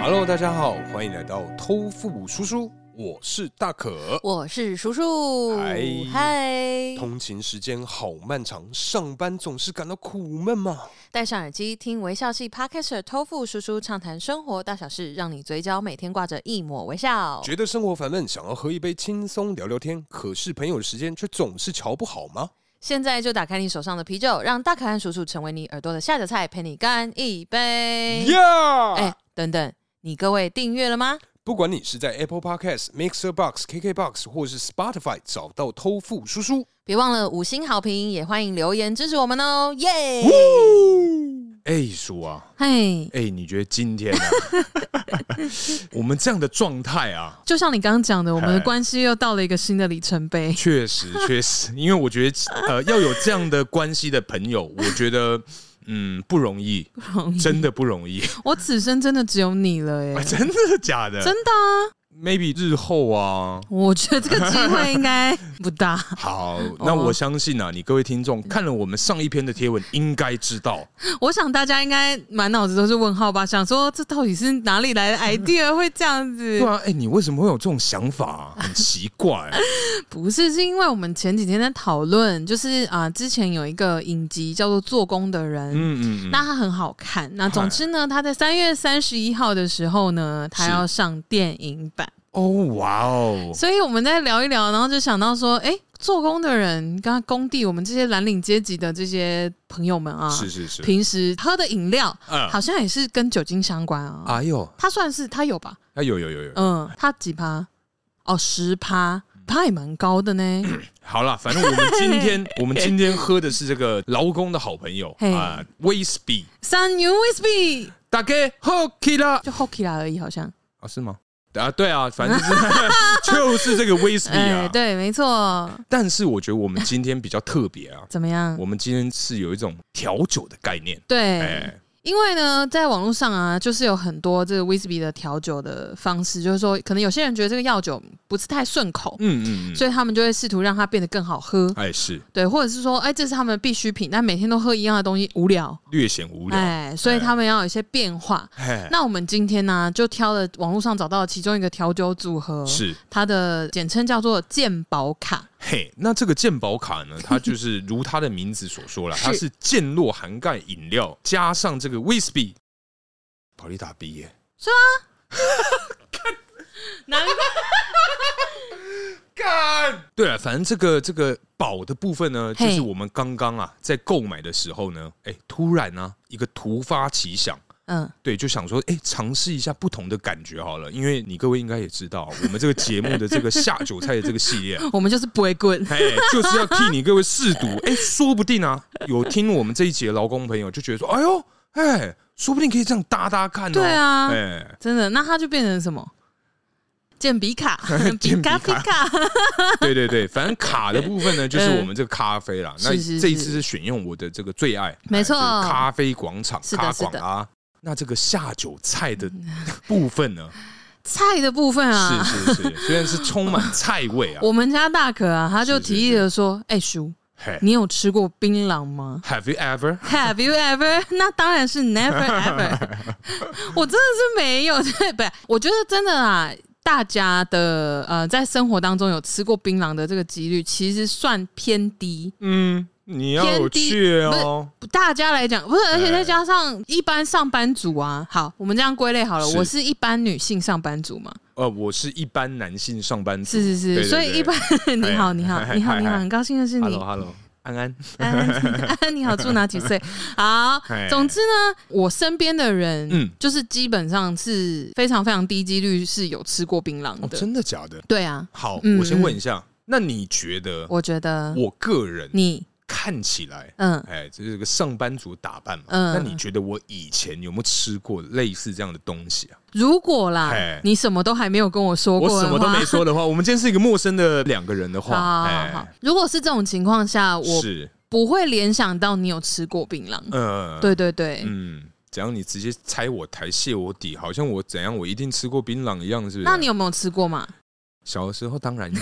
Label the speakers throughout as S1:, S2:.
S1: Hello，大家好，欢迎来到偷富叔叔，我是大可。
S2: 我是叔叔
S1: 嗨，
S2: 嗨，
S1: 通勤时间好漫长，上班总是感到苦闷吗？
S2: 戴上耳机听微笑系 Podcaster 偷富叔叔畅谈生活大小事，让你嘴角每天挂着一抹微笑。
S1: 觉得生活烦闷，想要喝一杯轻松聊聊天，可是朋友的时间却总是瞧不好吗？
S2: 现在就打开你手上的啤酒，让大可汗叔叔成为你耳朵的下酒菜，陪你干一杯。
S1: Yeah！、
S2: 哎，等等，你各位订阅了吗？
S1: 不管你是在 Apple Podcast、Mixer Box、KK Box 或是 Spotify 找到偷富叔叔，
S2: 别忘了五星好评，也欢迎留言支持我们哦，耶、
S3: 哎，叔啊，
S2: 嘿，
S3: 哎，你觉得今天啊， 我们这样的状态啊，
S2: 就像你刚刚讲的，我们的
S3: 嗨
S2: 关系又到了一个新的里程碑。
S3: 确 实确实，因为我觉得呃，要有这样的关系的朋友，我觉得嗯不容易，真的不容易，
S2: 我此生真的只有你了、哎、
S3: 啊真的假的？
S2: 真的啊。
S3: maybe 日后啊。
S2: 我觉得这个机会应该不大。
S3: 好，
S2: 哦
S3: 那我相信啊，你各位听众
S2: 嗯
S3: 看了我们上一篇的贴文，应该知 道，
S2: 我想大家应该满脑子都是问号吧，想说这到底是哪里来的 idea 会这样子
S3: 对？啊，哎、你为什么会有这种想 法、啊？很奇怪、
S2: 不是，是因为我们前几天在讨论，就是啊、之前有一个影集叫做《做工的人》。
S3: 嗯嗯嗯，
S2: 那它很好看。那总之呢，它在三月三十一号的时候呢，它
S3: 是
S2: 要上电影版。
S3: 哦哇哦，
S2: 所以我们在聊一聊，然后就想到说，哎、做工的人，刚刚工地，我们这些蓝领阶级的这些朋友们啊，
S3: 是是是，
S2: 平时喝的饮料，
S3: 嗯
S2: 好像也是跟酒精相关啊。
S1: 哎呦，
S2: 他算是他有吧？
S3: 啊有有有有，
S2: 嗯，他几趴？哦，十趴，
S3: 嗯
S2: 趴也蛮高的呢。
S3: 好啦，反正我们今 天我们今天喝的是这个劳工的好朋友
S2: 嘿
S3: 啊，威士忌，
S2: 三牛 whisky
S3: 大家喝起啦
S2: 就 hockey 啦而已，好像。
S3: 啊是吗？啊对啊，反正就是 就是这个威士忌啊。
S2: 哎对，没错。
S3: 但是我觉得我们今天比较特别啊，
S2: 怎么样
S3: 我？们今天是有一种调酒的概念，
S2: 对，
S3: 哎，
S2: 因为呢，在网络上啊，就是有很多这个 whisky 的调酒的方式，就是说，可能有些人觉得这个药酒不是太顺口，
S3: 嗯嗯嗯，
S2: 所以他们就会试图让它变得更好喝，
S3: 哎是
S2: 对，或者是说，哎，这是他们的必需品，但每天都喝一样的东西无聊，
S3: 略显无聊，
S2: 哎，所以他们要有一些变化。
S3: 哎
S2: 那我们今天呢、就挑了网络上找到的其中一个调酒组合，
S3: 是
S2: 它的简称叫做健保卡。
S3: 嘿，那这个健保卡 呢，它就是如它的名字所说了，它是健落涵盖饮料加上这个威士忌，保利达 B 耶。
S2: 难怪
S3: 对了，反正这个这个宝的部分呢，
S2: 嘿
S3: 就是我们刚刚啊在购买的时候呢，哎，突然呢、一个突发奇想，
S2: 嗯，
S3: 对，就想说，哎，尝试一下不同的感觉好了，因为你各位应该也知道，我们这个节目的这个下酒菜的这个系列啊。
S2: 我们就是不会滚。
S3: 哎，就是要替你各位试毒，哎，说不定啊，有听我们这一节劳工朋友就觉得说，哎呦，哎，说不定可以这样搭搭看哦，
S2: 对啊
S3: 哎，，
S2: 真的，那它就变成什么？健比卡比
S3: 健比
S2: 卡
S3: 卡
S2: 比卡，
S3: 对对对，反正卡的部分呢，就是我们这个咖啡啦。那
S2: 嗯是是
S3: 这一次是选用我的这个最爱，
S2: 没错
S3: 哎就是咖啡广场
S2: 是的
S3: 咖
S2: 是的
S3: 广啊。那这个下酒菜的部分呢，
S2: 菜的部分 啊，
S3: 是是是，虽然是充满菜味啊，
S2: 我们家大可啊，他就是
S3: 是
S2: 提议了说：“哎、叔，
S3: 嘿
S2: 你有吃过槟 榔吗
S3: Have you ever？
S2: ？”Have you ever？那 当然是 never ever。我真的是没有， 对不？我觉得真的啊，大家的呃，在生活当中有吃过槟榔的这个几率，其实算偏低。
S3: 嗯，你要
S2: 偏
S3: 有
S2: 低
S3: 去哦，
S2: 大家来讲，不是，而且
S3: 对
S2: 再加上一般上班族啊，好，我们这样归类好了，
S3: 是
S2: 我是一般女性上班族嘛，
S3: 呃，我是一般男性上班族，
S2: 是是是，
S3: 对对
S2: 所以一般 你好，你好，
S3: 哎
S2: 你好，
S3: 哎
S2: 你好，
S3: 哎
S2: 很高兴认识你。
S3: Hello，Hello，安安，
S2: 安安，安安你好，住哪 几岁？好
S3: 哎，
S2: 总之呢，我身边的人，
S3: 嗯
S2: 就是基本上是非常非常低几率是有吃过槟榔
S3: 哦，
S2: 的。
S3: 真的假的？
S2: 对啊，
S3: 好，
S2: 嗯
S3: 我先问一下，那你觉得
S2: 我觉得
S3: 我个人
S2: 你，
S3: 看起来，
S2: 嗯，
S3: 哎，这是个上班族打扮嘛？
S2: 嗯
S3: 那你觉得我以前有没有吃过类似这样的东西啊？
S2: 如果啦
S3: 哎，
S2: 你什么都还没有跟我说
S3: 我
S2: 过，
S3: 什么都没。说的话，我们今天是一个陌生的两个人的
S2: 好
S3: 话，
S2: 好好好
S3: 哎，，
S2: 如果是这种情况下，我
S3: 是，
S2: 不会联想到你有吃过槟榔。
S3: 呃，
S2: 对对对，
S3: 嗯，只要你直接拆我台、卸我底，好像我怎样，我一定吃过槟榔一样，是不是？
S2: 那你有没有吃过嘛？
S3: 小的时候当然有，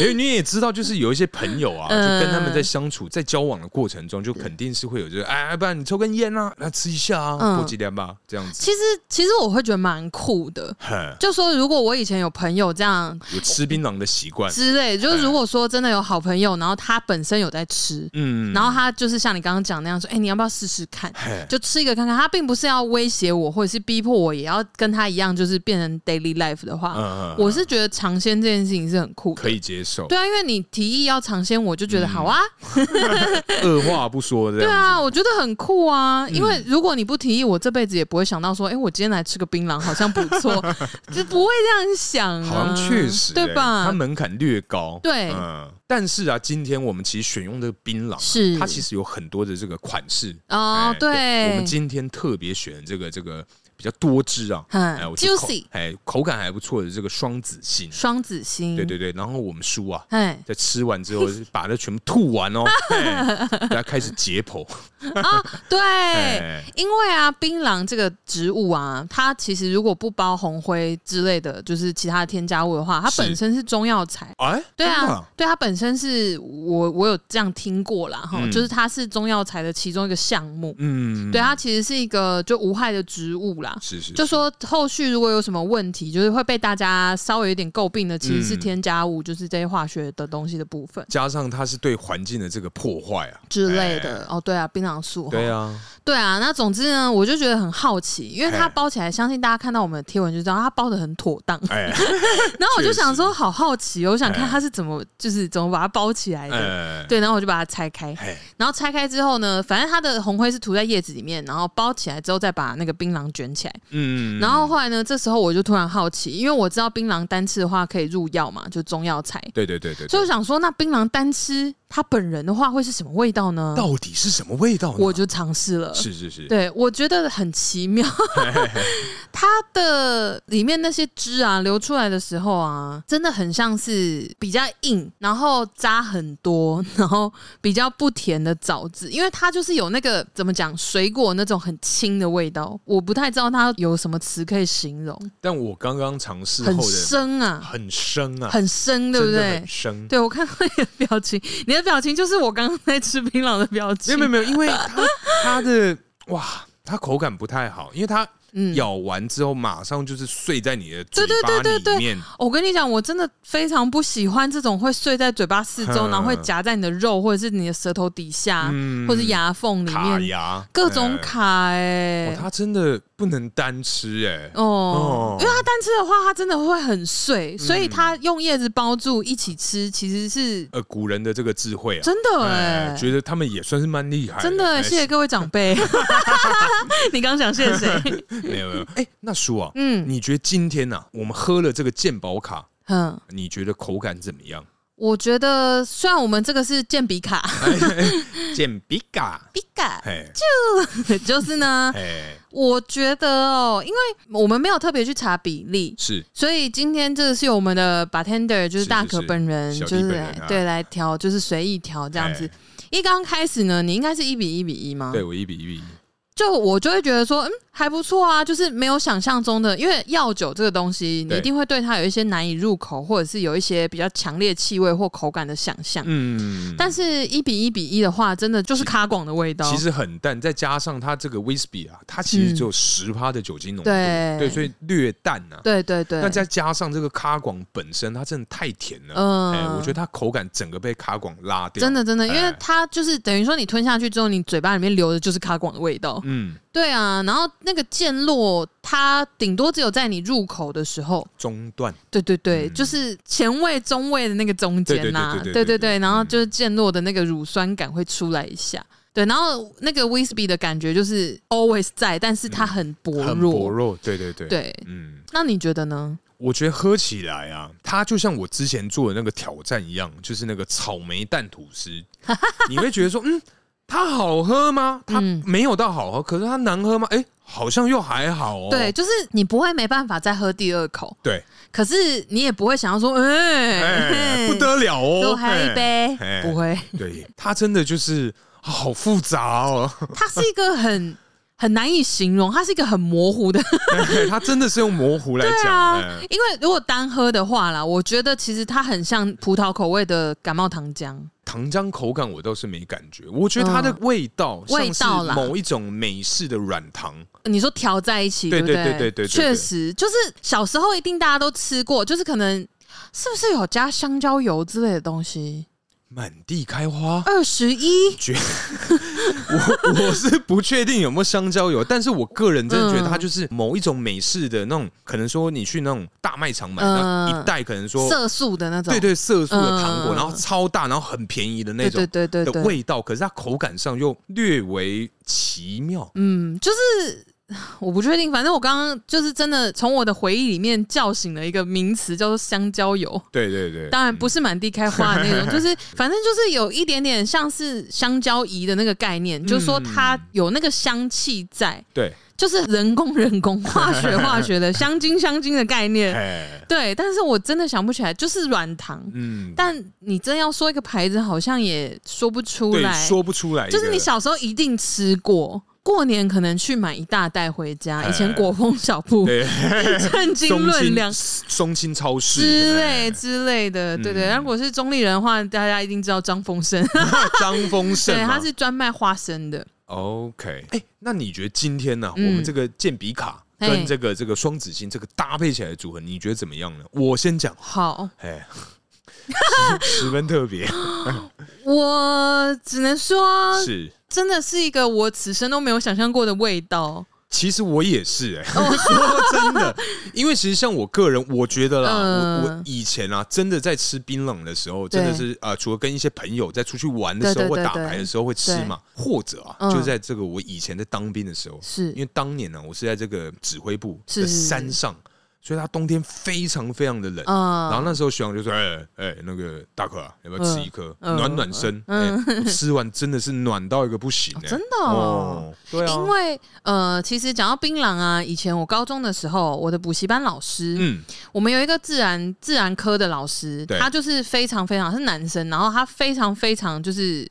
S3: 因为 你也知道，就是有一些朋友啊，就
S2: 嗯
S3: 跟他们在相处、在交往的过程中，就肯定是会有这个，哎，不然你抽根烟啊，那吃一下啊，
S2: 嗯
S3: 过几天吧，这样子。
S2: 其实其实我会觉得蛮酷的。
S3: 哼
S2: 就说如果我以前有朋友这样
S3: 有吃槟榔的习惯，
S2: 之类，就是如果说真的有好朋友，然后他本身有在吃，
S3: 嗯，
S2: 然后他就是像你刚刚讲那样说，哎、你要不要试试看？
S3: 嘿
S2: 就吃一个看看，他并不是要威胁我，或者是逼迫我也要跟他一样，就是变成 daily life 的话，
S3: 嗯嗯
S2: 我是觉得尝鲜这件事情是很酷的。
S3: 可以嗯接受，
S2: 对啊，因为你提议要尝鲜，我就觉得好啊，
S3: 二话不说这
S2: 对
S3: 样。
S2: 啊，我觉得很酷
S3: 嗯
S2: 啊。因为如果你不提议，我这辈子也不会想到说，哎、我今天来吃个槟榔好像不错， 就不会这样想、啊。
S3: 好像确实、哎欸
S2: 对吧？
S3: 它门槛略高，
S2: 对
S3: 嗯。但是啊，今天我们其实选用的槟榔啊、
S2: 是
S3: 它其实有很多的这个款式
S2: 哦
S3: 哎，
S2: 对，
S3: 我们今天特别选这个这个比较多汁啊，
S2: 嗯
S3: 哎，我觉得口
S2: juicy
S3: 哎，口感还不错的这个双子星，
S2: 双子星，
S3: 对对对。然后我们叔啊，
S2: 哎
S3: 在吃完之 后把它全部吐完哦，哎大家开始解剖，
S2: 啊，对，
S3: 哎，
S2: 因为啊，槟榔这个植物啊，它其实如果不包红灰之类的，就是其他的添加物的话，它
S3: 是
S2: 本身是中药材。
S3: 哎，
S2: 对
S3: 真的
S2: 啊，，对它本身是我我有这样听过啦，哈、
S3: 嗯
S2: 就是它是中药材的其中一个项目。
S3: 嗯，
S2: 对，它其实是一个就无害的植物啦。
S3: 是是，
S2: 就说后续如果有什么问题，就是会被大家稍微有点诟病的，其实是
S3: 嗯
S2: 添加物，就是这些化学的东西的部分
S3: 加上它是对环境的这个破坏啊，
S2: 之类的。哦，对啊，槟榔素。
S3: 对啊，
S2: 对啊，那总之呢，我就觉得很好奇，因为它
S3: 嘿
S2: 包起来，相信大家看到我们的贴文就知道它包的很妥当。
S3: 哎，
S2: 然后我就
S3: 确实
S2: 想说，好好奇哦，我想看
S3: 嘿
S2: 它是怎么，就是怎么把它包起来的。
S3: 哎，
S2: 对，然后我就把它拆开，
S3: 哎，
S2: 然后拆开之后呢，反正它的红灰是涂在叶子里面，然后包起来之后再把那个槟榔卷起来。
S3: 嗯，
S2: 然后后来呢，这时候我就突然好奇，因为我知道槟榔单吃的话可以入药嘛，就中药材，
S3: 对对对对，
S2: 所以
S3: 对
S2: 我想说，那槟榔单吃它本人的话会是什么味道呢？
S3: 到底是什么味道呢？
S2: 我就尝试了，
S3: 是是是，
S2: 对，我觉得很奇 妙。它的里面那些汁啊流出来的时候啊，真的很像是比较硬，然后渣很多，然后比较不甜的枣子，因为它就是有那个怎么讲水果那种很轻的味道，我不太知道它有什么词可以形容，
S3: 但我刚刚尝试
S2: 很
S3: 后的
S2: 生 啊，
S3: 很生啊，
S2: 很生，对不
S3: 真的
S2: 对
S3: 很？生。
S2: 对，我看到你的表情， 你的表情就是我刚刚在吃槟榔的表
S3: 没
S2: 情。
S3: 有没有没有，因为它它 的哇，它口感不太好，因为它
S2: 嗯
S3: 咬完之后马上就是碎在你的嘴
S2: 对对
S3: 巴
S2: 对对对
S3: 里面，
S2: 哦我跟你讲，我真的非常不喜欢这种会碎在嘴巴四周，
S3: 嗯
S2: 然后会夹在你的肉或者是你的舌头底下，
S3: 嗯
S2: 或者牙缝里
S3: 卡
S2: 面，
S3: 牙
S2: 各种。
S3: 哎
S2: 卡哎、
S3: 哦它真的不能单吃哎，
S2: 哦
S3: 哦，嗯
S2: 因为它单吃的话，它真的会很碎，所以它用叶子包住一起吃，其实是
S3: 呃，古人的这个智慧啊，
S2: 真的
S3: 哎
S2: 哎、
S3: 觉得他们也算是蛮厉害，
S2: 真的、
S3: 哎
S2: 谢谢各位长辈。 你刚想谢谢谁？
S3: 没有没有，哎，那叔啊，
S2: 嗯
S3: 你觉得今天呐，我们喝了这个健保卡，
S2: 嗯，
S3: 你觉得口感怎么样？
S2: 我觉得虽然我们这个是健笔卡，
S3: 健比卡，
S2: 笔卡
S3: 哎
S2: 就是呢，
S3: 哎，
S2: 我觉得哦，因为我们没有特别去查比例，
S3: 是
S2: 所以今天这个是由我们的 bartender 就是大可本人，
S3: 是是是
S2: 就是
S3: 小弟本人啊
S2: 对来调，就是随意调这样子
S3: 哎。
S2: 一刚开始呢，你应该是一比一比一吗？
S3: 对，我一比一比一，
S2: 就我就会觉得说，嗯，还不错啊，就是没有想象中的，因为药酒这个东西，你
S3: 对
S2: 一定会对它有一些难以入口，或者是有一些比较强烈气味或口感的想象。
S3: 嗯，
S2: 但是，哦一比一比一的话，真的就是卡广的味道。
S3: 其实很淡，再加上它这个 whisky 啊，它其实只有十趴的酒精浓度，
S2: 对
S3: 所以略淡啊。
S2: 对对对，
S3: 那再加上这个咖广本身，它真的太甜了，
S2: 嗯
S3: 哎，我觉得它口感整个被咖广拉掉，
S2: 真的真的，因为
S3: 哎
S2: 它就是等于说你吞下去之后，你嘴巴里面留的就是卡广的味道，
S3: 嗯，
S2: 对啊，然后那个溅落，它顶多只有在你入口的时候，
S3: 中断，
S2: 对对对，
S3: 嗯
S2: 就是前卫、中卫的那个中间啦、
S3: 对对对对
S2: 对
S3: 对
S2: 对
S3: 对
S2: 对，
S3: 嗯
S2: 然后就是溅落的那个乳酸感会出来一下。对，然后那个 w h i s p y 的感觉就是 always 在，但是它很薄弱。
S3: 很薄弱，对对对，
S2: 对，
S3: 嗯，
S2: 那你觉得呢？
S3: 我觉得喝起来啊，它就像我之前做的那个挑战一样，就是那个草莓蛋吐 司，你会觉得说，嗯，它好喝吗？它
S2: 嗯
S3: 没有到好喝，可是它难喝吗？哎、好像又还好哦。
S2: 对，就是你不会没办法再喝第二口，
S3: 对，
S2: 可是你也不会想要说，哎、
S3: 哎、
S2: 嘿
S3: 不得了哦，
S2: 多喝一杯，
S3: 哎
S2: 不会。
S3: 哎对，它真的就是啊好复杂哦，
S2: 它是一个很很难以形容，它是一个很模糊的。
S3: 它真的是用模糊来
S2: 对
S3: 讲，
S2: 啊
S3: 哎，
S2: 因为如果单喝的话啦，我觉得其实它很像葡萄口味的感冒糖浆。
S3: 糖浆口感我倒是没感觉，我觉得它的
S2: 嗯
S3: 味道
S2: 味
S3: 像是
S2: 道啦
S3: 某一种美式的软糖，
S2: 你说调在一起，
S3: 对
S2: 不
S3: 对对对对对
S2: 确实，就是小时候一定大家都吃过，就是可能是不是有加香蕉油之类的东西？
S3: 满地开花。
S2: 二十一，
S3: 绝，我我 是不确定有没有香蕉油，但是我个人真的觉得
S2: 嗯
S3: 它就是某一种美式的那种，可能说你去那种大卖场买的
S2: 嗯
S3: 一袋，可能说
S2: 色素的那种，
S3: 对对色素的糖
S2: 嗯
S3: 果，然后超大，然后很便宜的那种
S2: 对对对
S3: 的
S2: 对对，
S3: 味道，可是它口感上又略微奇妙。
S2: 嗯，就是我不确定，反正我刚刚就是真的从我的回忆里面叫醒了一个名词，叫做香蕉油。
S3: 对对对，嗯
S2: 当然不是满地开花的那种，就是反正就是有一点点像是香蕉仪的那个概念，就是说它有那个香气在，
S3: 对，
S2: 就是人工人工化学化学的香精香精的 概念。
S3: 哎，
S2: 对，但是我真的想不起来，就是软糖。
S3: 嗯，
S2: 但你真要说一个牌子，好像也说不出
S3: 对，
S2: 来。
S3: 说不出来一个，
S2: 就是你小时候一定吃过，过年可能去买一大袋回家。
S3: 哎
S2: 以前果丰小铺
S3: 对
S2: 称斤
S3: 松
S2: 论
S3: 青
S2: 两
S3: 松青超市
S2: 之
S3: 哎
S2: 类之类的，对对。
S3: 嗯
S2: 如果是中立人的话，大家一定知道张 丰生，
S3: 张丰盛
S2: 对，
S3: 嘛，
S2: 他是专卖花生的。
S3: OK，哎、那你觉得今天呢、
S2: 嗯
S3: 我们这个健笔卡
S2: 嘿
S3: 跟这个这个双子星这个搭配起来的组合，你觉得怎么样呢？我先 讲，
S2: 好，
S3: 哎，十十分特 别，
S2: 我只能说，
S3: 是。
S2: 真的是一个我此生都没有想象过的味道。
S3: 其实我也是哎、
S2: 哦
S3: 说真的，因为其实像我个人，我觉得啦，
S2: 嗯
S3: 我我以前啊，真的在吃槟榔的时候，真的
S2: 对
S3: 是啊、呃除了跟一些朋友在出去玩的时候
S2: 对对
S3: 或
S2: 对
S3: 打
S2: 对
S3: 牌的时候会吃嘛，或者啊，
S2: 嗯
S3: 就在这个我以前在当兵的时候，
S2: 是
S3: 因为当年呢、我是在这个指挥部
S2: 是
S3: 的山上，所以它冬天非常非常的冷。
S2: 嗯
S3: 然后那时候学长就说：“哎、哎、那个大可啊，要不要吃一颗、
S2: 嗯
S3: 暖暖身？”
S2: 嗯
S3: 嗯，我吃完真的是暖到一个不行、哎
S2: 真的哦，
S3: 对啊，
S2: 因为呃，其实讲到槟榔啊，以前我高中的时候，我的补习班老师，
S3: 嗯
S2: 我们有一个自然自然科的老师，
S3: 对
S2: 他就是非常非常是男生，然后他非常非常就是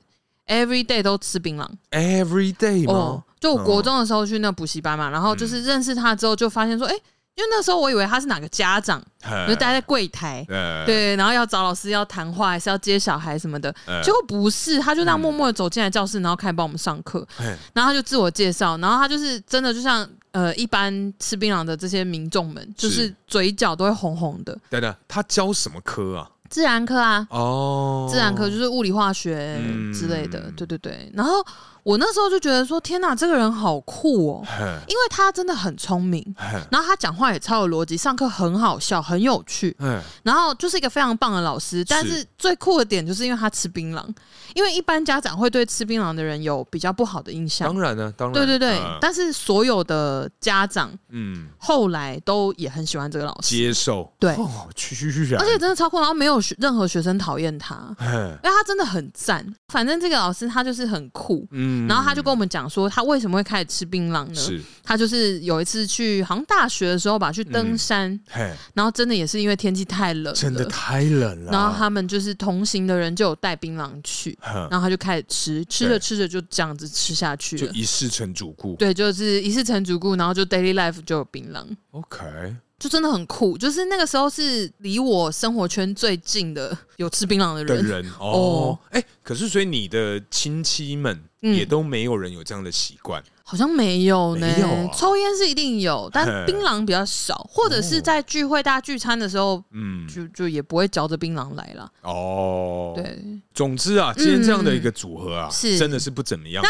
S2: every day 都吃槟榔。
S3: ，every day
S2: 哦
S3: 吗？，
S2: 就我国中的时候去那补习班嘛，然后就是认识他之后就发现说，哎、因为那时候我以为他是哪个家长，
S3: 嘿
S2: 就待在柜台。
S3: 呃，
S2: 对，然后要找老师要谈话，还是要接小孩什么的，
S3: 哎
S2: 结果不是，他就这样默默的走进来教室，然后开始帮我们上课，
S3: 嘿
S2: 然后他就自我介绍，然后他就是真的就像呃一般吃槟榔的这些民众们，就是
S3: 是
S2: 嘴角都会红红的，
S3: 等等，他教什么科啊？
S2: 自然科啊，
S3: 哦，
S2: 自然科就是物理化学
S3: 嗯
S2: 之类的，对对对。然后我那时候就觉得说，天哪，这个人好酷哦，
S3: 嘿，
S2: 因为他真的很聪 明，
S3: 嘿，
S2: 然后他讲话也超有逻辑，上课很好笑，很有趣，
S3: 嘿，
S2: 然后就是一个非常棒的老师。但是最酷的点就是因为他吃槟榔，因为一般家长会对吃槟榔的人有比较不好的印象
S3: 当。然呢，当然，
S2: 对对对，
S3: 呃
S2: 但是所有的家长
S3: 嗯，
S2: 后来都也很喜欢这个老师，
S3: 接受，
S2: 对
S3: 哦，居
S4: 啊
S3: 然，
S2: 而且真的超酷，然后没有学任何学生讨厌他。
S3: 嘿，
S2: 因为他真的很赞。反正这个老师他就是很酷，
S3: 嗯
S2: 然后他就跟我们讲说，他为什么会开始吃槟榔呢？
S3: 是，
S2: 他就是有一次去好像大学的时候吧，去登山，
S3: 嘿，
S2: 然后真的也是因为天气太冷了，
S3: 嗯真的太冷了，
S2: 然后他们就是同行的人就有带槟榔去，
S3: 哼，
S2: 然后他就开始吃，吃着
S3: 对
S2: 吃着就这样子吃下去
S3: 就
S2: 了。
S3: 一世成主顾
S2: 对，就是一世成主顾，然后就 daily life 就有槟榔，
S3: ，OK，
S2: 就真的很酷。就是那个时候是离我生活圈最近的有吃槟榔的
S3: 的
S2: 人，
S3: 人哦，哎，可是所以你的亲戚们
S2: 哦嗯
S3: 也都没有人有这样的习惯，
S2: 好像没有呢。
S5: 没有啊
S2: 抽烟是一定有，但
S5: 嘿
S2: 槟榔比较少，或者是在聚会、大家聚餐的时候，
S5: 嗯，
S2: 就就也不会嚼着槟榔来了。
S5: 哦，，
S2: 对，
S5: 总之啊，今天这样的一个组合啊，
S2: 嗯是
S5: 真的是不怎 么样。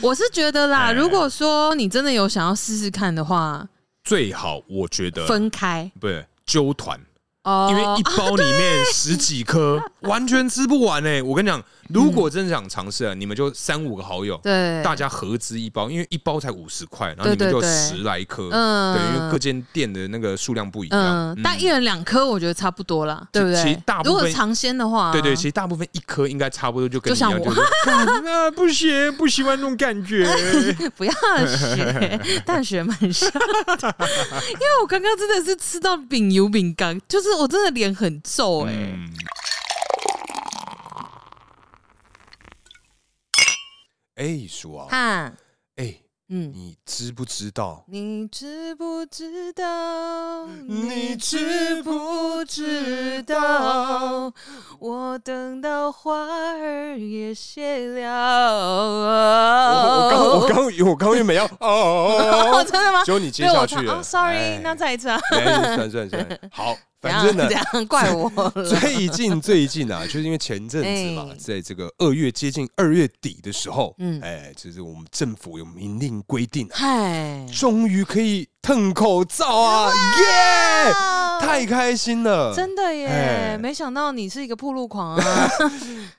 S2: 我是觉得啦，
S5: 哎
S2: 如果说你真的有想要试试看的话，
S5: 最好我觉得
S2: 分开
S5: 不是揪团，
S2: 哦，
S5: 因为一包里面十几颗， 完全吃不完哎、我跟你讲，如果真的想尝试啊，你们就三五个好友，
S2: 嗯对
S5: 大家合资一包，因为一包才五十块，然后
S2: 对
S5: 你们
S2: 对
S5: 就
S2: 对
S5: 十来颗，
S2: 嗯
S5: 对，因为各间店的那个数量不一样
S2: 嗯，，但一人两颗我觉得差不多啦，对不对？
S5: 其实大部分
S2: 如果尝鲜的话，
S5: 对对，其实大部分一颗应该差不多就跟你一样，
S2: 啊就像我
S5: 是干啊不行，不喜欢那种感觉。
S2: 不要学， 但学蛮像 的。因为我刚刚真的是吃到饼油饼干，就是我真的脸很皱哎、
S5: 嗯，
S3: 哎，叔啊，
S2: 哈，
S3: 哎，
S2: 嗯，
S3: 你知不知道？
S2: 你知不知道？
S3: 你
S2: 知不知道？我等到花儿也谢
S3: 我
S2: 了。
S3: 刚我刚 我刚原本要哦哦，
S2: 真的吗？
S3: 结果你接
S2: 被我
S3: 下去
S2: 唱
S3: 了。
S2: 哦，sorry，
S3: 哎
S2: 那再一次啊。
S3: 哎算算算，好，反正呢
S2: 这，样怪我了。
S3: 最近最近啊，就是因为前阵子嘛
S2: 哎，
S3: 在这个二月接近二月底的时候，
S2: 嗯
S3: 哎，就是我们政府有明令规定啊，
S2: 嗨，
S3: 终于可以蹭口罩啊，耶！太开心了。
S2: 真的耶
S3: 哎！
S2: 没想到你是一个铺路狂 啊！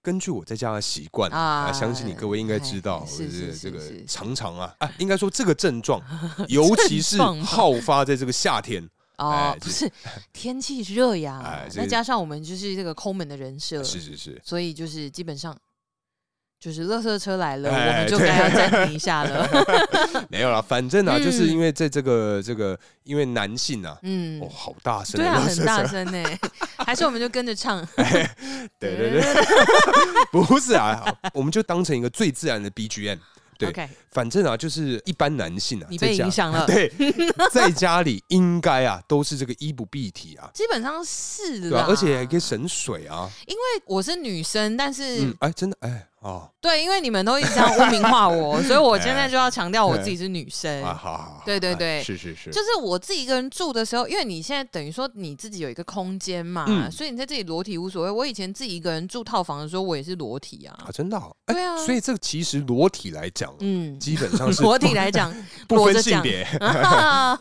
S3: 根据我在家的习惯
S2: 啊
S3: 啊，相信你各位应该知道，
S2: 哎
S3: 我
S2: 是是
S3: 是
S2: 是
S3: 这个
S2: 是
S3: 常常啊啊，应该说这个症状， 尤其是
S2: 症状吗
S3: 好发在这个夏 天，
S2: 哦
S3: 哎，
S2: 不是，天气热呀
S3: 哎，这
S2: 再加上我们就是这个抠门的人设，
S3: 是是是，
S2: 所以就是基本上就是垃圾车来了，
S3: 哎
S2: 我们就
S3: 对
S2: 该要暂停一 下了。
S3: 没有啦，反正啊，
S2: 嗯
S3: 就是因为在这个这个，因为男性啊，
S2: 嗯
S3: 哦，，好大声
S2: 对啊，
S3: 啊，
S2: 很大声呢， 还是我们就跟着唱。
S3: 对对 对，不是啊，好我们就当成一个最自然的 BGM。对
S2: OK，
S3: 反正啊，就是一般男性啊，
S2: 你
S3: 在
S2: 被
S3: 家
S2: 影，响 了，
S3: 对，在家里应该啊都是这个衣不蔽体啊，
S2: 基本上是
S3: 对吧、
S2: 啦，
S3: 而且还可以省水啊，
S2: 因为我是女生，但是
S3: 嗯，哎，真的，哎，哦，
S2: 对，因为你们都一直这样污名化我，所以 我现在就要强调我自己是女生。
S3: 啊，好好，好
S2: 对对对
S3: 哎哎是是是，
S2: 就是我自己一个人住的时候，因为你现在等于说你自己有一个空间嘛，
S3: 嗯
S2: 所以你在这里裸体无所谓。我以前自己一个人住套房的时候，我也是裸体啊。
S3: 啊，真的好，哎
S2: 对啊
S3: 所以这个其实裸体来讲，
S2: 嗯，
S3: 基本上是
S2: 裸体 来讲，
S3: 不
S2: 裸着
S3: 分性
S2: 讲啊
S3: 别，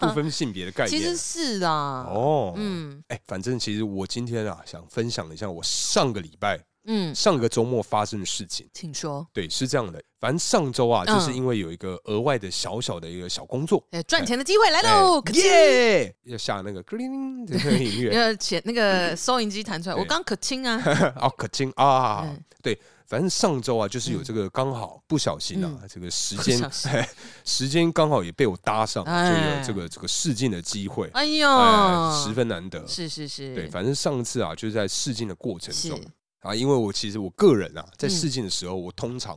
S3: 不分性别的概
S2: 其
S3: 念，
S2: 实是啊。
S3: 哦，嗯。
S2: 嗯
S3: 哎，反正其实我今天啊，想分享一下我上个礼拜、
S2: 嗯，
S3: 上个周末发生的事情。
S2: 请说。
S3: 对，是这样的，反正上周啊，
S2: 嗯
S3: 就是因为有一个额外的小小的一个小工作，
S2: 哎，赚钱的机会来喽！
S3: 哎
S2: 可亲，
S3: 耶！要下那个 gling 的那个音乐，
S2: 呃，钱那个收银机弹出来，我
S3: 嗯对
S2: 刚可亲 啊。
S3: 哦，可亲啊
S2: 嗯！
S3: 对，反正上周啊，就是有这个刚好不小心啊，这个时间
S2: 嗯不小心
S3: 时间刚好也被我搭上，就
S2: 哎
S3: 有这个这个试镜的机会，
S2: 哎
S3: 哎，
S2: 呦，
S3: 十分难得。
S2: 是是是，
S3: 对，反正上次啊，就是在试镜的过程
S2: 是
S3: 中啊，因为我其实我个人啊，在
S2: 嗯
S3: 试镜的时候，我通常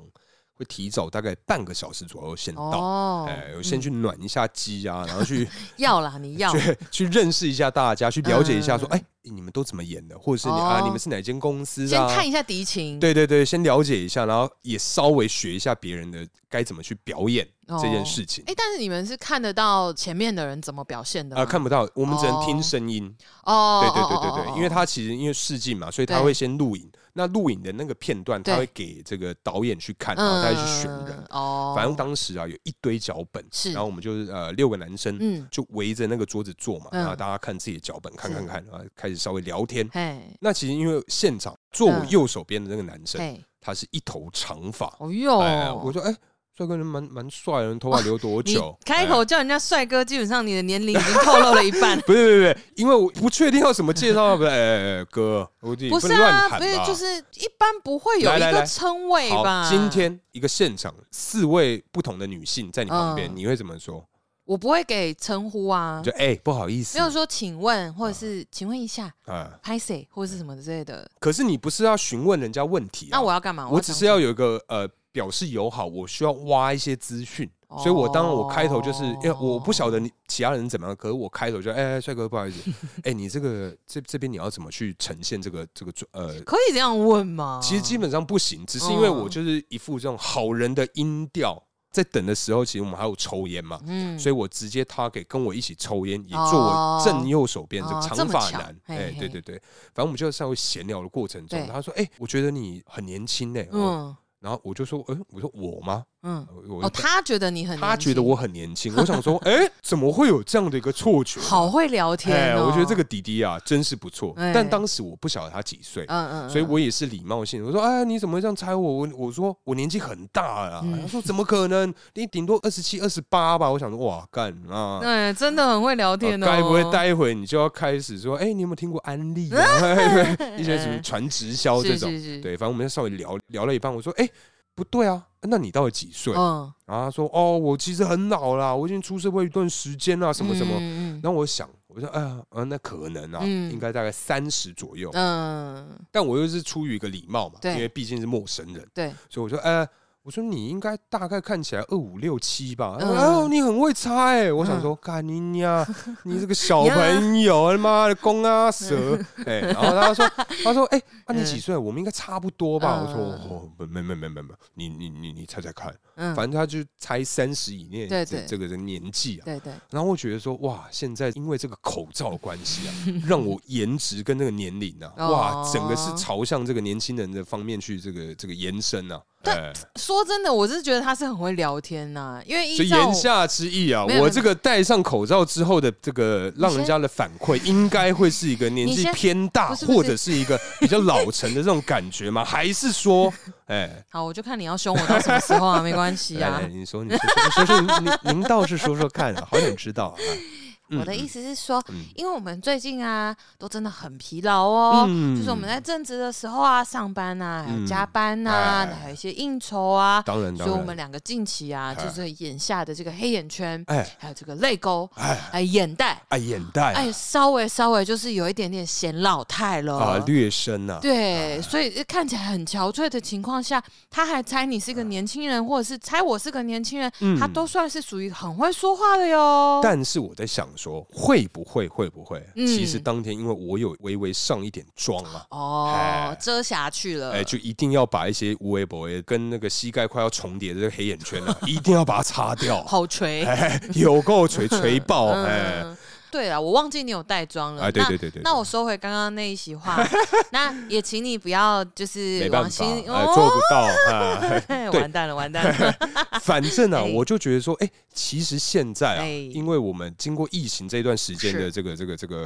S3: 会提早大概半个小时左右先到，
S2: 哦，
S3: 哎，我先
S2: 嗯
S3: 去暖一下机啊， 然后去
S2: 要啦，你要
S3: 去 去认识一下大家，去了解一下说，
S2: 嗯
S3: 哎，你们都怎么演的，或者是你啊，
S2: 哦
S3: 你们是哪间公司
S2: 先
S3: 啊？
S2: 看一下敌情，
S3: 对对对，先了解一下，然后也稍微学一下别人的该怎么去表演
S2: 哦
S3: 这件事情
S2: 哎、。但是你们是看得到前面的人怎么表现的
S3: 啊，看
S2: 不
S3: 不到，我们只能
S2: 哦
S3: 听声音。
S2: 哦，
S3: 对对
S2: 哦
S3: 对对对，因为，
S2: 哦哦哦
S3: 他其实因为试镜嘛，所以他
S2: 对
S3: 会先录影。那录影的那个片段，
S2: 对
S3: 他会给这个导演去看，然后他再去选人
S2: 嗯。哦，
S3: 反正当时啊，有一堆脚本，
S2: 是
S3: 然后我们就是呃六个男生
S2: 嗯，
S3: 就围着那个桌子坐嘛，
S2: 嗯
S3: 然后大家看自己的脚本，看
S2: 是
S3: 看看，然后开始稍微聊天。
S2: 嘿，
S3: 那其实因为现场坐我
S2: 嗯
S3: 右手边的那个男生，
S2: 嘿，
S3: 他是一头长发，
S2: 哦哟，
S3: 哎，我说哎。帅哥人蛮蛮帅的，头发留多
S2: 你
S3: 久？
S2: 开
S3: 哎。
S2: 口叫人家帅哥，基本上你的年龄已经透露了一半
S3: 不是不是不是，因为我不确定要怎么介绍，不是，哎哎哎哥，我也
S2: 不
S3: 能
S2: 是
S3: 乱
S2: 啊，
S3: 喊
S2: 不是，
S3: 吧
S2: 就是一般不会有
S3: 来
S2: 一
S3: 来
S2: 个
S3: 来
S2: 称谓吧
S3: 好，？今天一个现场，四位不同的女性在你旁边，
S2: 嗯
S3: 你会怎么说？
S2: 我不会给称呼啊
S3: 你，就哎、不好意思，
S2: 没有说请问或者是请问一下
S3: 啊。
S2: 拍谁或者是什么之类的。
S3: 可是你不是要询问人家问题、啊？
S2: 那我要干嘛？
S3: 我只是要有一个呃表示友好，我需要挖一些资讯。所以，我当然我开头就是，因为我不晓得
S6: 哦
S3: 你其他人怎么样，可是我开头就，哎、哎帅哥，不好意思，哎、你这个这这边你要怎么去呈现这个这个呃
S2: 可以这样问吗？
S6: 嗯
S3: 其实基本上不行，只是因为我就是一副这种好人的音调，在等的时候，其实我们还有抽烟嘛，
S6: 嗯
S3: 所以我直接 target 跟我一起抽烟，也坐我正右手边这个
S6: 哦
S3: 长发
S6: 这么巧
S3: 男，
S6: 嘿
S3: 哎、
S6: 嘿
S3: 对对对，反正我们就稍微闲聊的过程中
S6: 对，
S3: 他说：“哎、我觉得你很年轻呢、嗯，
S6: 嗯
S3: 然后我就说：“嗯、我说我吗？呃
S6: 嗯，
S3: 我
S6: 哦，他觉得你很年轻，
S3: 他觉得我很年轻，我想说， 哎、怎么会有这样的一个错觉？
S6: 好会聊
S3: 哎、
S6: 天哦，
S3: 我觉得这个弟弟啊，真是不错。
S6: 哎
S3: 但当时我不晓得他几岁，
S6: 嗯，嗯嗯，
S3: 所以我也是礼貌性，我说：“哎，你怎么会这样猜我？我我说我年纪很大了。
S6: 嗯
S3: 他说：“怎么可能？你顶多二十七、二十八吧。”我想说：“哇，干啊！”
S6: 对真的很会聊
S3: 啊
S6: 天哦，
S3: 该不会待会你就要开始说，哎、你有没有听过安利啊？ 一些什么传直销这种，
S6: 是是是
S3: 对，反正我们就稍微聊聊了一半，我说，哎、不对啊，那你到底几岁？
S6: 嗯，
S3: 然后他说，哦，我其实很老啦，我已经出社会一段时间啦，什么什么。
S6: 嗯
S3: 然后我想，我说，哎、呀，啊，那可能啊，
S6: 嗯
S3: 应该大概三十左右。
S6: 嗯，嗯
S3: 但我又是出于一个礼貌嘛，
S6: 对
S3: 因为毕竟是陌生人，
S6: 对，
S3: 所以我说，呃，我说你应该大概看起来二五六七吧。
S6: 嗯
S3: 哦，你很会猜、欸，我
S6: 嗯
S3: 想说，干你 娘，你这个小朋友，他妈的公啊蛇， 哎、然后他说，他说，哎、啊你几岁？我们应该差不多吧？我说，
S6: 嗯
S3: 哦，没没没没没没，你你你你猜猜看，
S6: 嗯，
S3: 反正他就猜三十以内，
S6: 对
S3: 这
S6: 对
S3: 这个人年纪啊。
S6: 对对，
S3: 然后我觉得说，哇，现在因为这个口罩的关系啊，让我颜值跟那个年龄啊，
S6: 哦
S3: 哇，整个是朝向这个年轻人的方面去这个这个延伸啊。哎
S6: 说真的，我是觉得他是很会聊天呐、因为
S3: 所
S6: 依
S3: 以
S6: 照
S3: 言下之意啊，
S6: 没有没有
S3: 我这个戴上口罩之后的这个让人家的反馈，应该会是一个年
S6: 你
S3: 纪
S6: 先
S3: 偏大，
S6: 不是不是
S3: 或者是一个比较老成的这种感觉吗？还 是说，哎、
S6: 好，我就看你要凶我到什么时 候啊，没关系
S3: 来
S6: 啊
S3: 来，。你说，你说，说说您，您您倒是说说看啊，好想知道啊。嗯
S2: 我的意思是说，
S3: 嗯
S2: 因为我们最近啊都真的很疲劳哦，
S3: 嗯
S2: 就是我们在正职的时候啊，上班啊，还有
S3: 嗯
S2: 加班啊，
S3: 哎
S2: 还有一些应酬啊，
S3: 当然，
S2: 所
S3: 当
S2: 以
S3: 然，
S2: 我们两个近期啊，
S3: 哎
S2: 就是眼下的这个黑眼圈，
S3: 哎
S2: 还有这个泪沟，
S3: 哎
S2: 哎，眼袋，
S3: 哎，眼袋啊
S2: 哎，稍微稍微就是有一点点显老态了。
S3: 啊，略深啊。
S2: 对，所以呃看起来很憔悴的情况下，他还猜你是个年轻人，或者是猜我是个年轻人，
S3: 哎嗯
S2: 他都算是属于很会说话的哟。
S3: 但是我在想说，会不会会不会？
S2: 嗯
S3: 其实当天因为我有微微上一点妆啊，
S2: 哦
S3: 哎，
S2: 遮瑕去了。
S3: 哎、就一定要把一些无微博跟那个膝盖快要重叠的这个黑眼圈 啊，一定要把它擦掉。
S2: 好垂。
S3: 哎，有够锤锤爆！哎、
S2: 嗯，对了，我忘记你有带妆了。
S3: 哎对
S2: 那
S3: 对对对对
S2: 那我收回刚刚那一 席话，那也请你不要就是
S3: 没办
S2: 往
S3: 法，
S2: 心哦
S3: 哎，做不到啊、哎
S2: 嘿
S3: 对
S2: 完蛋了，完 蛋了。
S3: 反正啊，
S2: 哎
S3: 我就觉得说，哎、其实现在啊，
S2: 哎
S3: 因为我们经过疫情这段时间的
S2: 是
S3: 这个这个这个